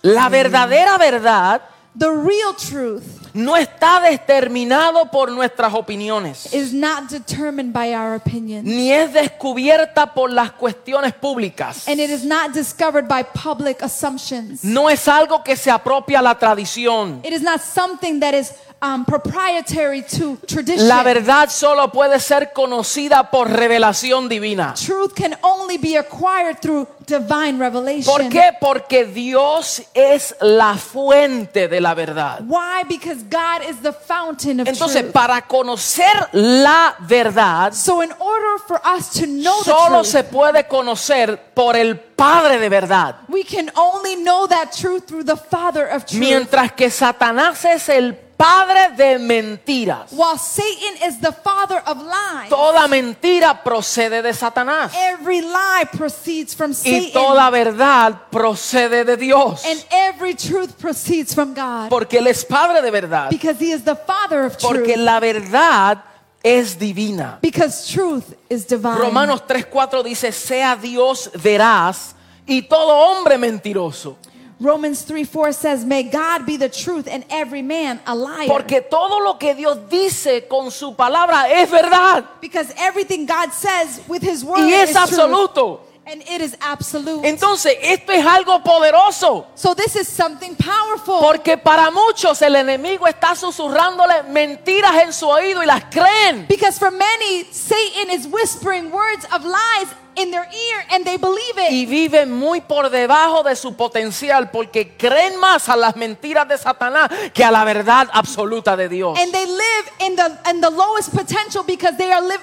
A: La verdadera verdad
B: The real truth
A: no está determinado por nuestras opiniones,
B: is not determined by our opinion,
A: ni es descubierta por las cuestiones públicas.
B: and it is not discovered by public assumptions.
A: No es algo que se apropia a la tradición.
B: It is not something that is um, proprietary to tradition.
A: La verdad solo puede ser conocida por revelación divina.
B: Truth can only be acquired through divine revelation.
A: ¿Por qué? Porque Dios es la fuente de la verdad.
B: Why? Because God is the fountain of
A: Entonces,
B: truth.
A: para conocer la verdad,
B: So in order for us to know
A: solo
B: the truth,
A: se puede conocer por el Padre de verdad.
B: we can only know that truth through the Father of truth.
A: Mientras que Satanás es el padre de mentiras.
B: While Satan is the father of lies,
A: Toda mentira procede de Satanás.
B: every lie proceeds from
A: Y
B: Satan,
A: toda verdad procede de Dios.
B: and every truth proceeds from God,
A: Porque Él es Padre de verdad.
B: because He is the father of truth,
A: Porque la verdad es divina.
B: because truth is divine.
A: Romanos 3:4 dice, sea Dios veraz y todo hombre mentiroso.
B: Romans 3 4 says, May God be the truth and every man a liar.
A: Porque todo lo que Dios dice con su palabra es verdad.
B: because everything God says with His word
A: Y es
B: is truth,
A: absoluto.
B: and it is absolute.
A: Entonces, esto es algo poderoso.
B: so this is something powerful.
A: Porque para muchos el enemigo está susurrándole mentiras en su oído y las creen.
B: Because for many, Satan is whispering words of lies in their ear and they believe it.
A: Y viven muy por debajo de su potencial porque creen más a las mentiras de Satanás que a la verdad absoluta de Dios.
B: And they live in the in the lowest potential because they are live,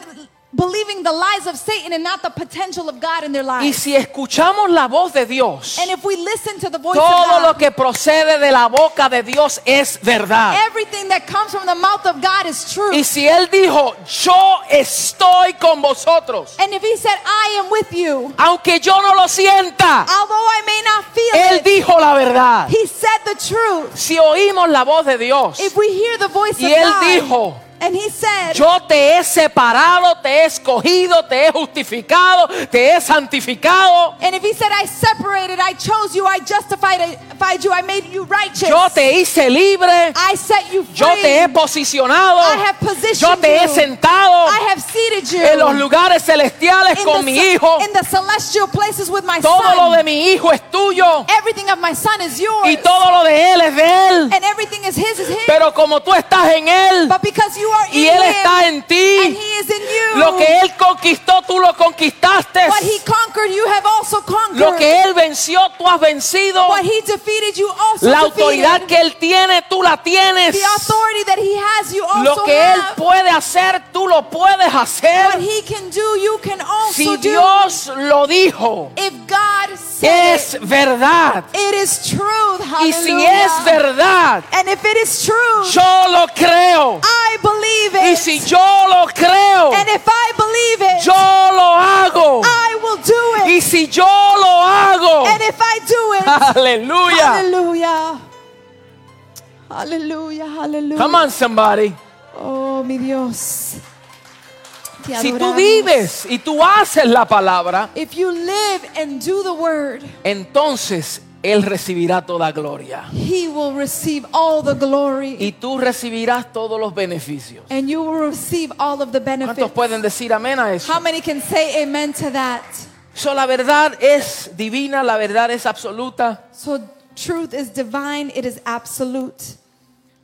B: believing the lies of Satan and not the potential of God in their
A: Y
B: lives.
A: si escuchamos la voz de Dios,
B: And if we listen to the voice
A: todo
B: of
A: lo
B: God,
A: que procede de la boca de Dios es verdad.
B: everything that comes from the mouth of God is true.
A: Y si Él dijo, yo estoy con vosotros,
B: And if he said, I am with you,
A: aunque yo no lo sienta,
B: although I may not
A: Él
B: feel it,
A: dijo la verdad.
B: he said the truth.
A: Si oímos la voz de Dios,
B: If we hear the voice
A: Y
B: of
A: él
B: God,
A: dijo,
B: and he said,
A: Yo te he separado, te he escogido, te he justificado, te he santificado.
B: And if he said, I separated, I chose you, I justified justified you, I made you righteous,
A: Yo te hice libre.
B: I set you free,
A: Yo te he posicionado.
B: I have positioned
A: Yo te he
B: you.
A: sentado
B: I have seated you
A: en los lugares celestiales
B: in,
A: con
B: the,
A: mi
B: ce-
A: hijo.
B: in the celestial places with my
A: Todo
B: son.
A: lo de mi hijo es tuyo
B: Everything of my son is yours,
A: y todo lo de él es de él.
B: and everything is his is his.
A: Pero como tú estás en él
B: but because you are
A: y
B: in
A: él
B: him,
A: está en
B: and
A: ti,
B: he is in you,
A: lo que él conquistó tú lo conquistaste.
B: what he conquered, you have also conquered.
A: Lo que él venció tú has vencido.
B: what he defeated, you also
A: La autoridad
B: defeated.
A: que Él tiene, tú la tienes.
B: the authority that he has, you also
A: Lo que Él
B: have.
A: puede hacer, tú lo puedes
B: what
A: hacer.
B: he can do, you can also
A: Si
B: do.
A: Dios lo dijo,
B: If God says
A: es verdad.
B: it is truth,
A: Y
B: hallelujah.
A: si es verdad,
B: and if it is truth,
A: yo lo creo.
B: I believe
A: Y
B: it.
A: si yo lo creo,
B: and if I believe it,
A: yo lo hago.
B: I will do it.
A: Y si yo lo hago,
B: and if I do it,
A: aleluya.
B: hallelujah. Hallelujah, hallelujah.
A: Come on, somebody.
B: Oh, mi Dios. Te
A: Si tú
B: adoramos.
A: vives y tú haces la palabra,
B: if you live and do the word,
A: entonces Él recibirá toda gloria.
B: he will receive all the glory.
A: y tú recibirás todos los beneficios.
B: and you will receive all of the
A: ¿Cuántos
B: benefits.
A: pueden decir amén a eso?
B: How many can say amen to that?
A: So, la verdad es divina, la verdad es absoluta,
B: So truth is divine, it is absolute.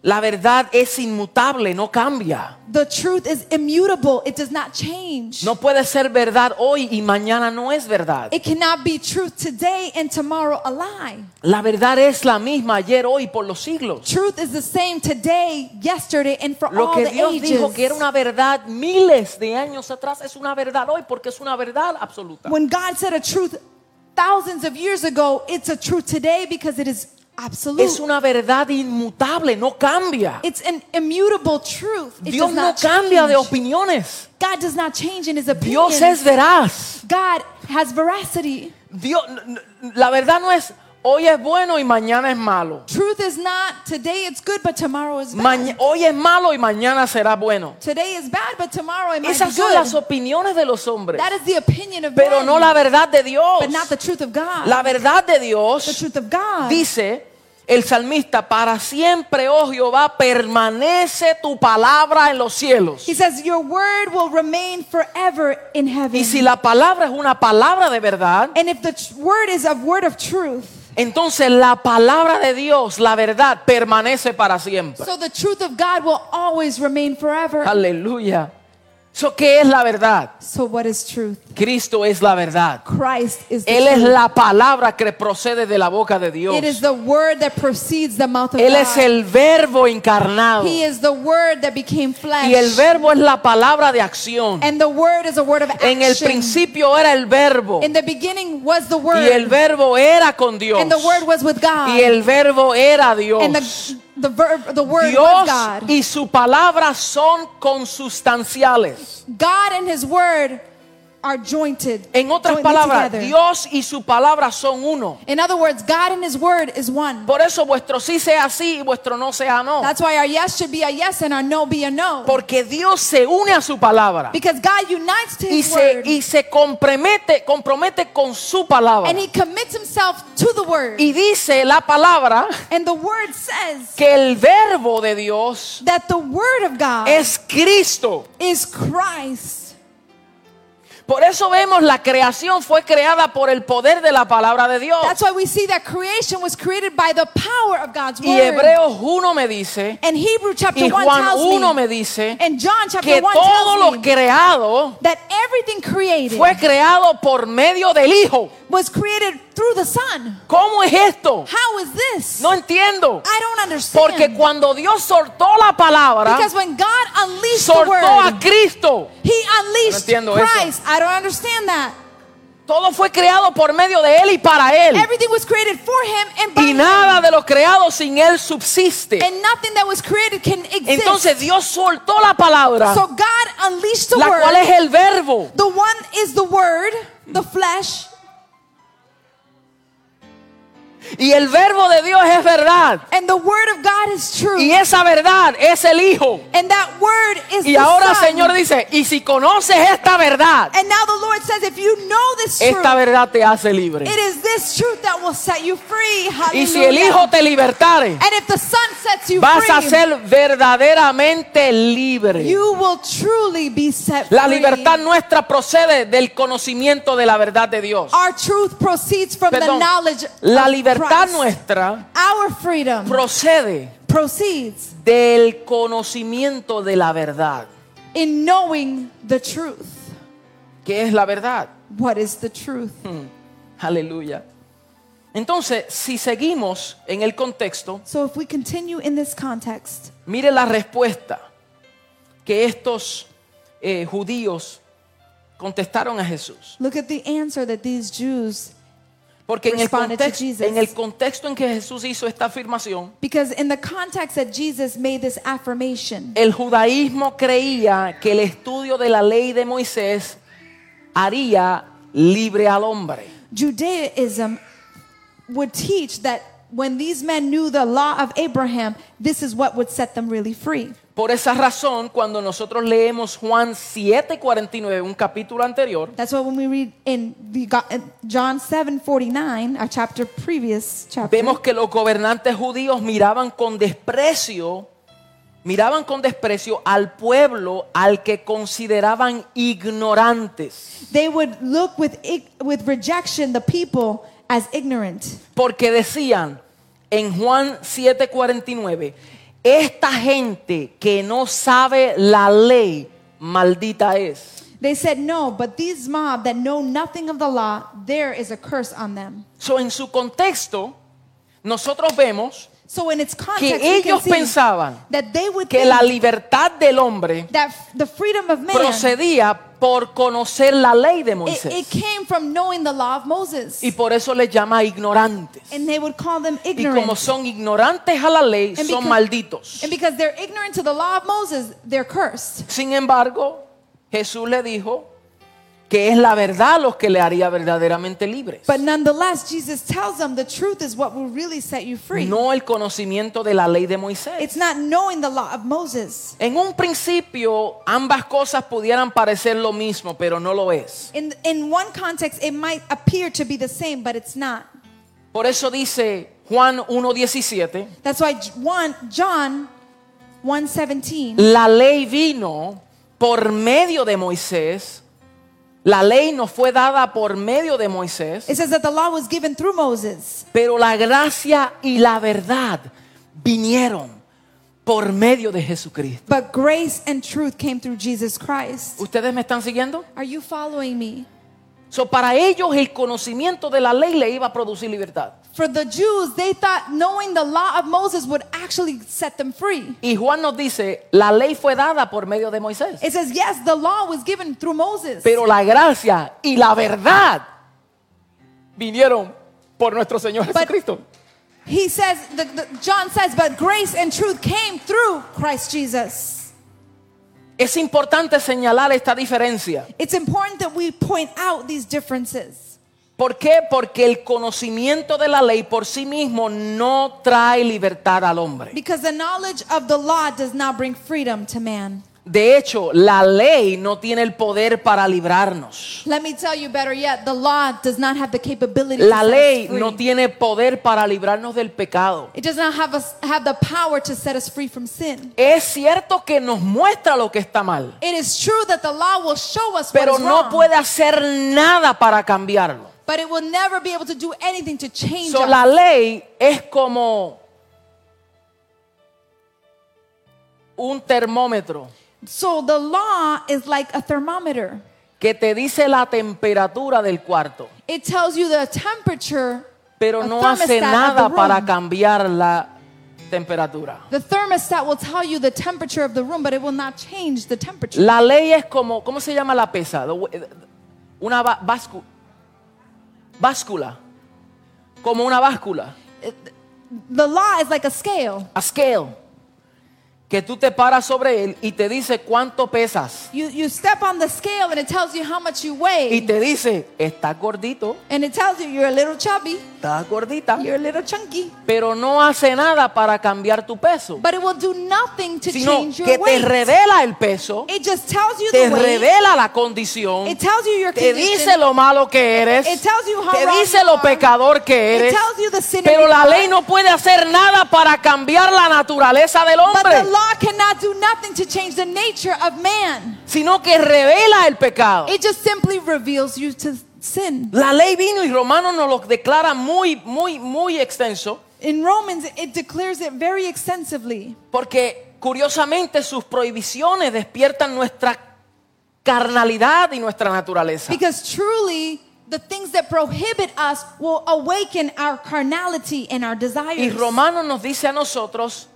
A: la verdad es inmutable, no cambia.
B: The truth is immutable, it does not change.
A: No puede ser verdad hoy y mañana no es verdad.
B: It cannot be truth today and tomorrow a lie.
A: La verdad es la misma ayer, hoy, por los siglos.
B: Truth is the same today, yesterday, and for
A: Lo
B: all
A: que
B: Oh, the
A: Dios
B: ages.
A: dijo que era una verdad miles de años atrás es una verdad hoy porque es una verdad absoluta.
B: When God said a truth thousands of years ago, it's a truth today because it is absolute.
A: Es una verdad inmutable, no cambia.
B: It's an immutable truth. It
A: Dios
B: does
A: no
B: not
A: cambia de
B: change.
A: opiniones.
B: God does not change in his opinion.
A: Dios es veraz.
B: God has veracity.
A: Dios, n- n- la verdad no es hoy es bueno y mañana es malo.
B: Truth is not today it's good but tomorrow is bad.
A: Maña- hoy es malo y mañana será bueno.
B: Today is bad but tomorrow it might
A: Esas
B: be
A: son
B: good.
A: las opiniones de los hombres,
B: that is the opinion of
A: pero
B: men,
A: no la verdad de Dios.
B: but not the truth of God.
A: La verdad de
B: the
A: Dios
B: truth of God.
A: dice el salmista, para siempre, oh Jehová, permanece tu palabra en los cielos.
B: he says your word will remain forever in heaven.
A: Y si la palabra es una palabra de verdad,
B: and if the tr- word is a word of truth,
A: entonces la palabra de Dios, la verdad, permanece para siempre.
B: so the truth of God will always remain forever.
A: Aleluya. ¿Eso qué es la verdad?
B: so what is truth?
A: Cristo es la verdad.
B: Christ is the
A: Él es
B: truth.
A: la palabra que procede de la boca de Dios.
B: it is the word that proceeds the mouth of
A: Él
B: God.
A: es el verbo encarnado.
B: he
A: Y
B: is the word that became flesh.
A: el verbo es la palabra de acción.
B: and the word is a word of action.
A: En el principio era el verbo.
B: In the beginning was the
A: Y
B: word,
A: el verbo era con Dios.
B: and the word was with God,
A: Y el verbo era Dios.
B: and the the verb, the word was
A: Dios
B: God.
A: y su palabra son consustanciales.
B: God and His word are jointed.
A: En otras
B: jointly
A: palabras,
B: together.
A: Dios y su palabra son uno.
B: In other words, God and His word is one.
A: Por eso vuestro sí sea sí y vuestro no sea no.
B: That's why our yes should be a yes and our no be a no.
A: Porque Dios se une a su palabra
B: Because God unites to
A: y
B: His
A: se,
B: word
A: y se compromete, compromete con su palabra.
B: and He commits Himself to the word.
A: Y dice la palabra
B: And the word says
A: que el verbo de Dios
B: that the word of God
A: es Cristo.
B: is Christ.
A: Por eso vemos la creación fue creada por el poder de la palabra de Dios.
B: That's why we see that creation was created by the power of God's
A: Y
B: word.
A: Hebreos 1 me dice,
B: and Hebrew chapter
A: y
B: 1
A: Juan
B: tells
A: 1
B: me,
A: me dice,
B: and John
A: que
B: chapter 1
A: todo
B: tells
A: lo
B: me
A: creado
B: that everything created
A: fue creado por medio del Hijo.
B: was created through the Son.
A: ¿Cómo es esto?
B: How is this?
A: No entiendo.
B: I don't understand.
A: Porque cuando Dios soltó la palabra,
B: because when God unleashed the
A: soltó a
B: word,
A: Cristo.
B: He unleashed
A: entiendo eso.
B: Christ. I don't understand that.
A: Todo fue creado por medio de Él y para Él.
B: Everything was created for Him and by
A: Y
B: Him.
A: nada de lo creado sin Él subsiste.
B: And nothing that was created can exist.
A: Entonces Dios soltó la palabra,
B: so God unleashed the
A: la
B: word.
A: cual es el verbo.
B: The one is the word, the flesh,
A: Y el verbo de Dios es verdad.
B: and the word of God is true.
A: Y esa verdad es el Hijo.
B: And that word is
A: Y
B: the
A: ahora
B: Son.
A: Señor dice, y si conoces esta verdad,
B: and now the Lord says, if you know this truth,
A: esta verdad te hace libre.
B: it is this truth that will set you free.
A: Y
B: Hallelujah.
A: si el Hijo te libertare,
B: and if the Son sets you
A: vas
B: free,
A: a ser verdaderamente libre.
B: you will truly be set
A: La
B: free.
A: libertad nuestra procede del conocimiento de la verdad de Dios.
B: Our truth proceeds from the
A: Perdón,
B: knowledge
A: la
B: of
A: libertad
B: Christ.
A: nuestra
B: Our freedom
A: procede
B: proceeds
A: del conocimiento de la verdad.
B: in knowing the truth.
A: ¿Qué es la verdad?
B: What is the truth?
A: Aleluya. Entonces, si seguimos en el contexto,
B: So if we continue in this context,
A: mire la respuesta que estos eh, judíos contestaron a Jesús.
B: look at the answer that these Jews
A: Porque en el,
B: Responded to
A: context-
B: Jesus.
A: en el contexto en que Jesús hizo esta afirmación,
B: because in the context that Jesus made this affirmation,
A: el judaísmo creía que el estudio de la ley de Moisés haría libre al hombre.
B: Judaism would teach that when these men knew the law of Abraham, this is what would set them really free.
A: Por esa razón, cuando nosotros leemos Juan 7:49, un capítulo anterior,
B: That's why when we read in the go- in John 7:49, our chapter previous chapter,
A: vemos que los gobernantes judíos miraban con desprecio, miraban con desprecio al pueblo al que consideraban ignorantes,
B: they would look with ig- with rejection the people as ignorant.
A: porque decían en Juan 7:49, esta gente que no sabe la ley, maldita es.
B: They said, "No, but these mob that know nothing of the law, there is a curse on them."
A: So, en su contexto, nosotros vemos
B: So in its context,
A: que
B: we can
A: ellos
B: see
A: pensaban
B: that they would
A: que
B: think
A: la libertad del hombre
B: that f- the freedom of man it,
A: procedía por conocer la ley de
B: it
A: Moisés.
B: came from knowing the law of Moses,
A: Y por eso les llama ignorantes.
B: and they would call them
A: Y como
B: ignorant.
A: son ignorantes a la ley,
B: And
A: son
B: because-
A: malditos.
B: And because they're ignorant to the law of Moses, they're cursed.
A: Sin embargo, Jesús le dijo que es la verdad los que le haría verdaderamente libres.
B: But nonetheless, Jesus tells them the truth is what will really set you free.
A: No el conocimiento de la ley de Moisés.
B: It's not knowing the law of Moses.
A: En un principio, ambas cosas pudieran parecer lo mismo, pero no lo es.
B: In, in one context, it might appear to be the same, but it's not.
A: Por eso dice Juan 1.17,
B: That's why J- one, John 1.17,
A: la ley vino por medio de Moisés, la ley nos fue dada por medio de Moisés,
B: it says that the law was given through Moses.
A: pero la gracia y la verdad vinieron por medio de Jesucristo.
B: But grace and truth came through Jesus Christ.
A: ¿Ustedes me están siguiendo?
B: Are you following me?
A: So, para ellos el conocimiento de la ley le iba a producir libertad.
B: For the Jews, they thought knowing the law of Moses would actually set them free.
A: Y Juan nos dice, la ley fue dada por medio de Moisés.
B: It says, yes, the law was given through Moses.
A: Pero la gracia y la verdad vinieron por nuestro Señor
B: But
A: Jesucristo.
B: He says, the, the- John says, but grace and truth came through Christ Jesus.
A: Es importante señalar esta diferencia.
B: It's important that we point out these differences.
A: ¿Por qué? Porque el conocimiento de la ley por sí mismo no trae libertad al hombre.
B: Because the knowledge of the law does not bring freedom to man.
A: De hecho, la ley no tiene el poder para librarnos.
B: Let me tell you better yet, the law does not have the capability
A: La
B: to set
A: ley
B: us free.
A: no tiene poder para librarnos del pecado.
B: It does not have us have the power to set us free from sin.
A: Es cierto que nos muestra lo que está mal,
B: It is true that the law will show us what
A: pero
B: is
A: no
B: wrong,
A: puede hacer nada para cambiarlo.
B: but it will never be able to do anything to change
A: So,
B: us.
A: la ley es como un termómetro
B: So the law is like a thermometer.
A: que te dice la temperatura del cuarto,
B: It tells you the temperature,
A: pero
B: a
A: no
B: thermostat
A: hace
B: of
A: nada
B: the
A: para
B: room.
A: cambiar la temperatura.
B: The thermostat will tell you the temperature of the room, but it will not change the temperature.
A: La ley es como, ¿cómo se llama la pesa? Una ba- bascu- báscula, como una báscula,
B: The law is like a scale.
A: a scale, que tú te paras sobre él y te dice cuánto pesas.
B: You, you step on the scale and it tells you how much you
A: Y
B: weigh.
A: te dice, estás gordito,
B: And it tells you you're a little chubby,
A: estás gordita,
B: you're a little chunky.
A: pero no hace nada para cambiar tu peso,
B: But it will do nothing to
A: sino
B: change
A: que te
B: your weight.
A: revela el peso,
B: It just tells you
A: te
B: the weight.
A: revela la condición,
B: It tells you your
A: te dice
B: condition.
A: lo malo que eres,
B: It tells you how
A: te
B: wrong
A: dice
B: you
A: lo
B: are.
A: pecador que
B: It
A: eres.
B: tells you the sin. in
A: Pero
B: your
A: la ley
B: life.
A: no puede hacer nada para cambiar la naturaleza del
B: But the
A: hombre,
B: law cannot do nothing to change the nature of man.
A: sino que revela el pecado.
B: It just simply reveals you to sin.
A: La ley vino y Romanos nos lo declara muy, muy, muy extenso,
B: In Romans, it declares it very extensively.
A: porque curiosamente sus prohibiciones despiertan nuestra carnalidad y nuestra naturaleza.
B: Because truly, the things that prohibit us will awaken our carnality and our
A: Y
B: desires.
A: Romanos nos dice a nosotros,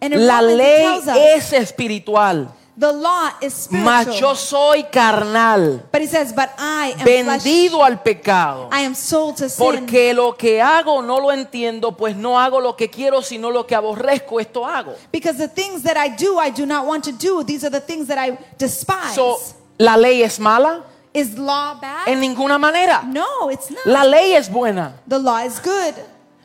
B: and in
A: la
B: Romans, it
A: ley
B: tells us
A: es espiritual,
B: the law is spiritual.
A: mas yo soy carnal,
B: but he says, but I am
A: vendido al pecado.
B: flesh. I am sold to sin.
A: Porque lo que hago no lo entiendo, pues no hago lo que quiero, sino lo que aborrezco, esto hago.
B: because the things that I do, I do not want to do. These are the things that I despise.
A: So, ¿La ley es mala?
B: is law bad?
A: En ninguna manera.
B: no, it's not.
A: La ley es buena.
B: the law is good.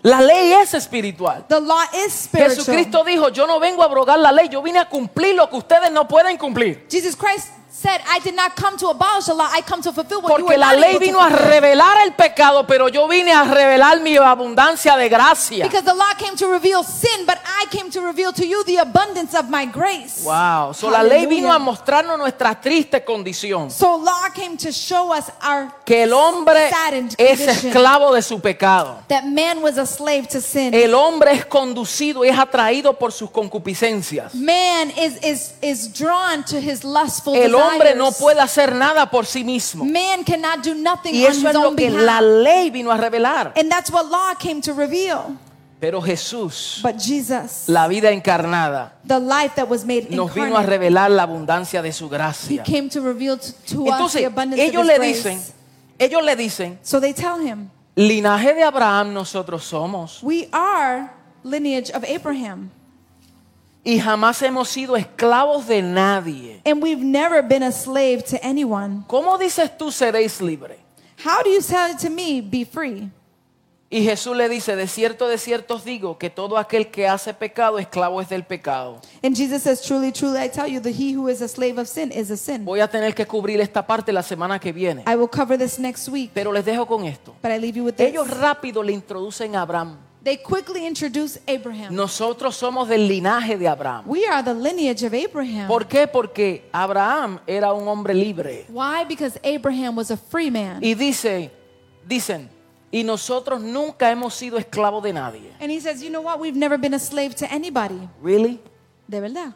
A: La ley es espiritual.
B: The law is spiritual.
A: Jesucristo dijo, yo no vengo a abrogar la ley, yo vine a cumplir lo que ustedes no pueden cumplir.
B: Jesus Christ said, I did not come to abolish the law, I come to fulfill what you
A: Porque
B: were
A: la
B: not
A: ley
B: able to
A: vino a
B: fulfill."
A: revelar el pecado, pero yo vine a revelar mi abundancia de gracia.
B: Because the law came to reveal sin, but I came to reveal to you the abundance of my grace.
A: Wow. So, la ley vino a
B: Hallelujah.
A: mostrarnos nuestra triste condición.
B: So law came to show us our
A: que el hombre
B: saddened
A: es
B: condition,
A: esclavo de su pecado.
B: that man was a slave to sin.
A: El hombre es conducido y es atraído por sus concupiscencias.
B: man is is is drawn to his lustful
A: El hombre
B: desires.
A: no puede hacer nada por sí mismo.
B: Man cannot do nothing
A: Y
B: on
A: eso
B: his
A: es lo
B: own
A: que
B: behalf.
A: la ley vino a revelar.
B: and that's what law came to reveal.
A: Pero Jesús,
B: But Jesus,
A: la vida encarnada,
B: the life that was made
A: nos vino a
B: incarnate,
A: revelar la abundancia de su
B: He
A: gracia.
B: came to reveal to, to us the
A: Entonces,
B: abundance
A: ellos
B: of
A: le
B: his grace.
A: dicen, ellos le dicen,
B: so they tell him,
A: linaje de Abraham nosotros somos
B: "We are lineage of Abraham,
A: y jamás hemos sido esclavos de nadie.
B: and we've never been a slave to anyone.
A: ¿Cómo dices tú seréis libre?
B: How do you tell it to me, be free?"
A: Y Jesús le dice, de cierto, de cierto os digo que todo aquel que hace pecado, esclavo es del pecado.
B: And Jesus says, "Truly, truly, I tell you, that he who is a slave of sin is a sin."
A: Voy a tener que cubrir esta parte la semana que viene.
B: I will cover this next week,
A: Pero les dejo con esto.
B: but I leave you with this.
A: Ellos rápido le introducen a Abraham.
B: They quickly introduce Abraham.
A: Nosotros somos del linaje de Abraham.
B: We are the lineage of Abraham.
A: ¿Por qué? Porque Abraham era un hombre libre.
B: Why? Because Abraham was a free man.
A: Y dice, dicen, y nosotros nunca hemos sido esclavos de nadie.
B: And he says, you know what? We've never been a slave to anybody.
A: Really?
B: De verdad.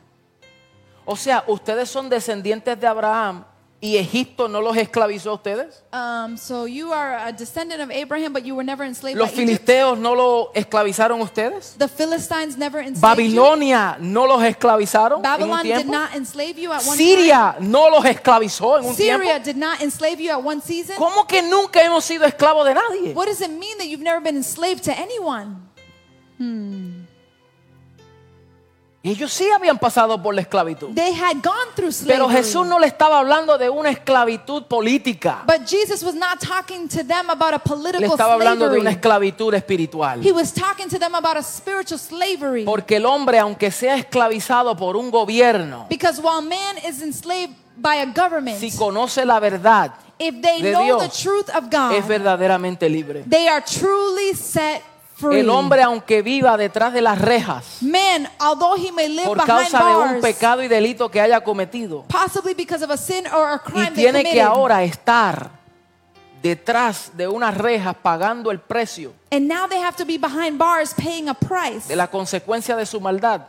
A: O sea, ustedes son descendientes de Abraham y Egipto no los esclavizó a ustedes.
B: Um, so you are a descendant of Abraham, but you were never enslaved
A: Los
B: by Egypt.
A: filisteos no los esclavizaron ustedes.
B: The Philistines never enslaved
A: Babilonia no los
B: you.
A: esclavizaron en un
B: Babylon did
A: tiempo.
B: not enslave you at one
A: Siria no los esclavizó en
B: time.
A: un
B: Syria
A: tiempo.
B: did not enslave you at one season.
A: ¿Cómo que nunca hemos sido esclavos de nadie?
B: What does it mean that you've never been enslaved to anyone?
A: Ellos sí habían pasado por la esclavitud.
B: They had gone through
A: Pero Jesús
B: slavery.
A: no le estaba hablando de una esclavitud política.
B: But Jesus was not talking to them about a
A: Le
B: political
A: estaba hablando de una
B: slavery.
A: esclavitud espiritual.
B: He was talking to them about a spiritual slavery.
A: Porque el hombre, aunque sea esclavizado por un gobierno,
B: Because while man is enslaved by a government,
A: si conoce la verdad,
B: if they
A: de
B: know
A: Dios,
B: the truth of
A: es
B: God,
A: verdaderamente libre.
B: they are truly set free.
A: El hombre, aunque viva detrás de las rejas,
B: Man, although he may live
A: por
B: behind
A: causa de un
B: bars,
A: pecado y delito que haya cometido,
B: possibly because of a sin or a
A: y
B: crime they
A: tiene que
B: committed,
A: ahora estar detrás de unas rejas pagando el precio
B: and now they have to be behind bars paying a price,
A: de la consecuencia de su maldad.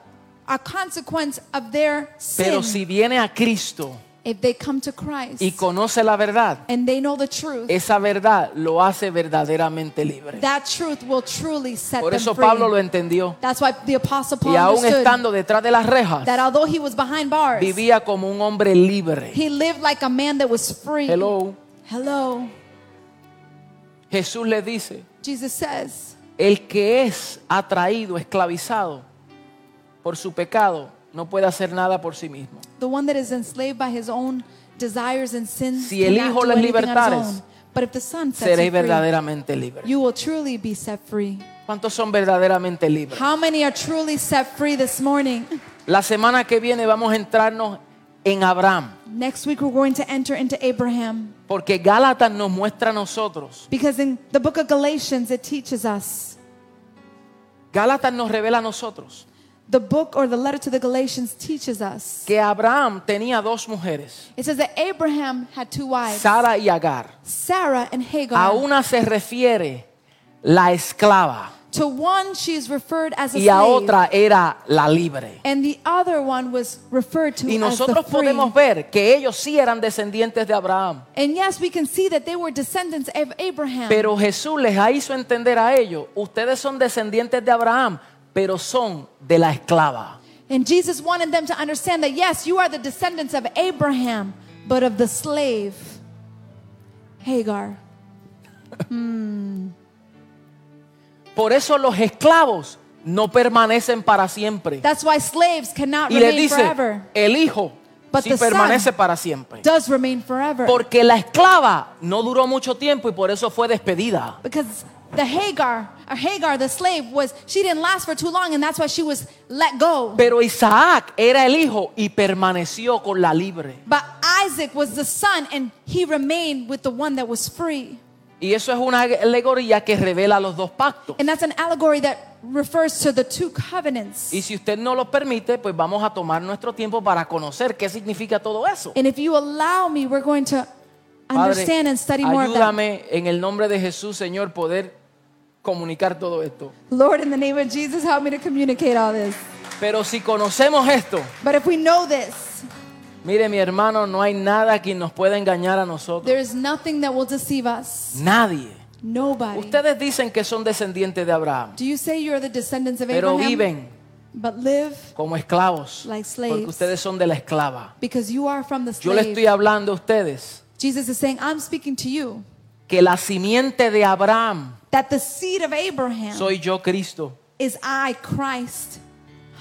B: a consequence of their sin.
A: Pero si viene a Cristo
B: if they come to Christ
A: y Eh, conoce la verdad,
B: and they know the truth,
A: esa verdad lo hace verdaderamente libre.
B: that truth will truly set
A: Por eso
B: them free.
A: Pablo lo entendió.
B: That's why the apostle Paul
A: Y aún
B: understood
A: estando detrás de las rejas,
B: that although he was behind bars,
A: vivía como un hombre libre.
B: he lived like a man that was free.
A: Hello.
B: Hello.
A: Jesús le dice,
B: Jesus says,
A: el que es atraído, esclavizado por su pecado, no puede hacer nada por sí mismo.
B: the one that is enslaved by his own desires and sins
A: Si el
B: cannot
A: Hijo
B: do
A: les
B: anything on his
A: libertares,
B: own. But if the Son sets you
A: Seréis
B: free,
A: verdaderamente libres.
B: you will truly be set free.
A: ¿Cuántos son verdaderamente libres?
B: How many are truly set free this morning?
A: La semana que viene vamos a entrarnos en Abraham,
B: Next week we're going to enter into Abraham
A: porque Gálatas nos muestra a nosotros,
B: because in the book of Galatians it teaches us.
A: Gálatas nos revela a nosotros
B: The book or the letter to the Galatians teaches us.
A: que Abraham tenía dos mujeres,
B: It says that Abraham had two wives,
A: Sara y Agar.
B: Sarah and Hagar.
A: A una se refiere la esclava
B: To one she is referred as a
A: y a
B: slave,
A: otra era la libre.
B: and the other one was referred to
A: Y
B: as the
A: nosotros
B: free.
A: podemos ver que ellos sí eran descendientes de Abraham.
B: And yes, we can see that they were descendants of Abraham.
A: Pero Jesús les hizo entender a ellos, ustedes son descendientes de Abraham, pero son de la esclava.
B: and Jesus wanted them to understand that yes, you are the descendants of Abraham, but of the slave Hagar.
A: Por eso los esclavos no permanecen para siempre.
B: That's why slaves cannot
A: Y les
B: remain
A: dice,
B: forever.
A: el hijo
B: But
A: sí
B: the son-
A: permanece para siempre.
B: Does remain forever.
A: Porque la esclava no duró mucho tiempo y por eso fue despedida.
B: because the Hagar, or Hagar, the slave, was she didn't last for too long, and that's why she was let go.
A: Pero Isaac era el hijo y permaneció con la libre.
B: But Isaac was the son, and he remained with the one that was free.
A: Y eso es una alegoría que revela los dos pactos.
B: And that's an allegory that refers to the two covenants.
A: Y si usted no lo permite, pues vamos a tomar nuestro tiempo para conocer qué significa todo eso.
B: And if you allow me, we're going to understand and study more of that.
A: ayúdame en el nombre de Jesús, Señor, poder comunicar todo esto.
B: Lord, in the name of Jesus, help me to communicate all this.
A: Pero si conocemos esto,
B: But if we know this,
A: mire mi hermano, no hay nada que nos pueda engañar a nosotros.
B: there is nothing that will deceive us.
A: Nadie.
B: Nobody.
A: Ustedes dicen que son descendientes de Abraham,
B: Do you say you're the descendants of
A: pero
B: Abraham?
A: viven
B: But live
A: como esclavos,
B: Like slaves.
A: porque ustedes son de la esclava.
B: because you are from the
A: Yo le
B: slave.
A: estoy hablando a ustedes
B: Jesus is saying, I'm speaking to you
A: que la simiente de Abraham
B: that the seed of Abraham
A: soy yo, Cristo.
B: is I, Christ.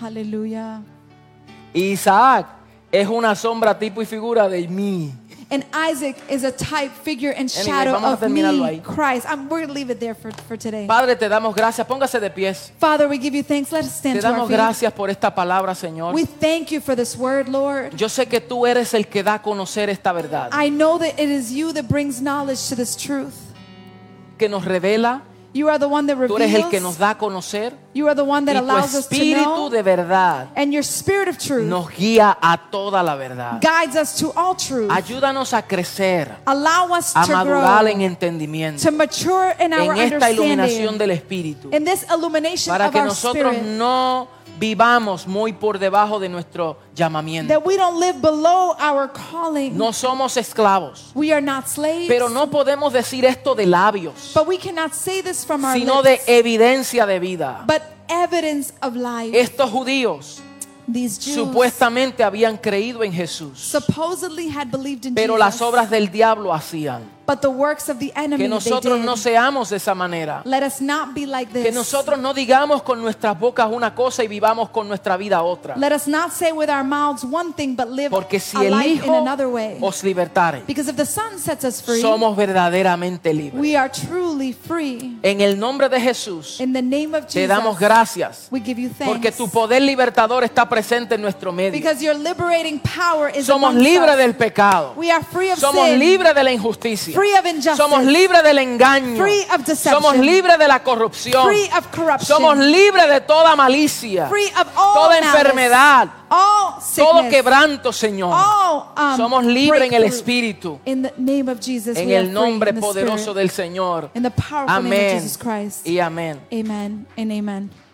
B: Hallelujah.
A: Y Isaac es una sombra, tipo y figura de mí.
B: And Isaac is a type, figure, and
A: Anyway,
B: shadow
A: vamos a
B: of
A: terminarlo
B: me,
A: ahí.
B: Christ. I'm, we're going to leave it there for, for today.
A: Padre, te damos gracias. Póngase de pies.
B: Father, we give you thanks. Let us
A: Te
B: stand to our
A: damos
B: feet.
A: gracias por esta palabra, Señor.
B: We thank you for this word, Lord.
A: Yo sé que tú eres el que da a conocer esta verdad,
B: I know that it is you that brings knowledge to this truth.
A: que nos revela.
B: You are the one that
A: Tú eres el que nos
B: reveals.
A: da a conocer.
B: You are the one
A: Y
B: that
A: tu
B: allows us to
A: espíritu
B: know.
A: de verdad
B: And your spirit of truth
A: nos guía a toda la verdad.
B: guides us to all truth.
A: Ayúdanos a crecer,
B: Allow us
A: a
B: to
A: madurar en
B: grow,
A: entendimiento,
B: to mature in our
A: en esta iluminación
B: understanding,
A: del Espíritu,
B: in this illumination
A: para
B: of
A: que
B: our
A: nosotros
B: spirit,
A: no vivamos muy por debajo de nuestro llamamiento.
B: that we don't live below our calling.
A: No somos esclavos,
B: We are not slaves,
A: pero no podemos decir esto de labios.
B: but we cannot say this from our
A: sino de e-
B: lips,
A: evidencia de vida.
B: but evidence of life.
A: Estos judíos
B: These Jews
A: supuestamente habían creído en Jesús,
B: supposedly had believed in
A: pero
B: Jesus,
A: las obras del diablo hacían.
B: But the works of the enemy
A: Que
B: they
A: nosotros
B: did.
A: no seamos de esa manera.
B: Let us not be like this.
A: Que nosotros no digamos con nuestras bocas una cosa y vivamos con nuestra vida otra.
B: Let us not say with our mouths one thing but live
A: Porque si
B: a
A: el
B: life in
A: Hijo
B: another way.
A: os libertare,
B: Because if the Son sets us free,
A: somos verdaderamente libres.
B: we are truly free.
A: En el nombre de Jesús,
B: In the name of
A: te
B: Jesus,
A: damos gracias.
B: we give you thanks.
A: Porque tu poder libertador está presente en nuestro medio.
B: Because your liberating power is
A: Somos
B: amongst
A: libres
B: us.
A: del pecado.
B: We are free of
A: Somos
B: sin,
A: libres de la injusticia.
B: free of injustice,
A: Somos libres del engaño.
B: Free of deception.
A: Somos libres de la corrupción.
B: free of corruption,
A: Somos libres de toda malicia.
B: free of all
A: toda
B: malice,
A: enfermedad,
B: all sickness,
A: Todo quebranto, Señor.
B: all, um,
A: Somos libres en el
B: breakthrough.
A: Espíritu.
B: In the name of Jesus,
A: En
B: we are
A: el nombre
B: free in the
A: poderoso
B: Spirit.
A: del Señor.
B: In the powerful name of
A: Amén.
B: Jesus Christ.
A: Y amén.
B: Amen and amen.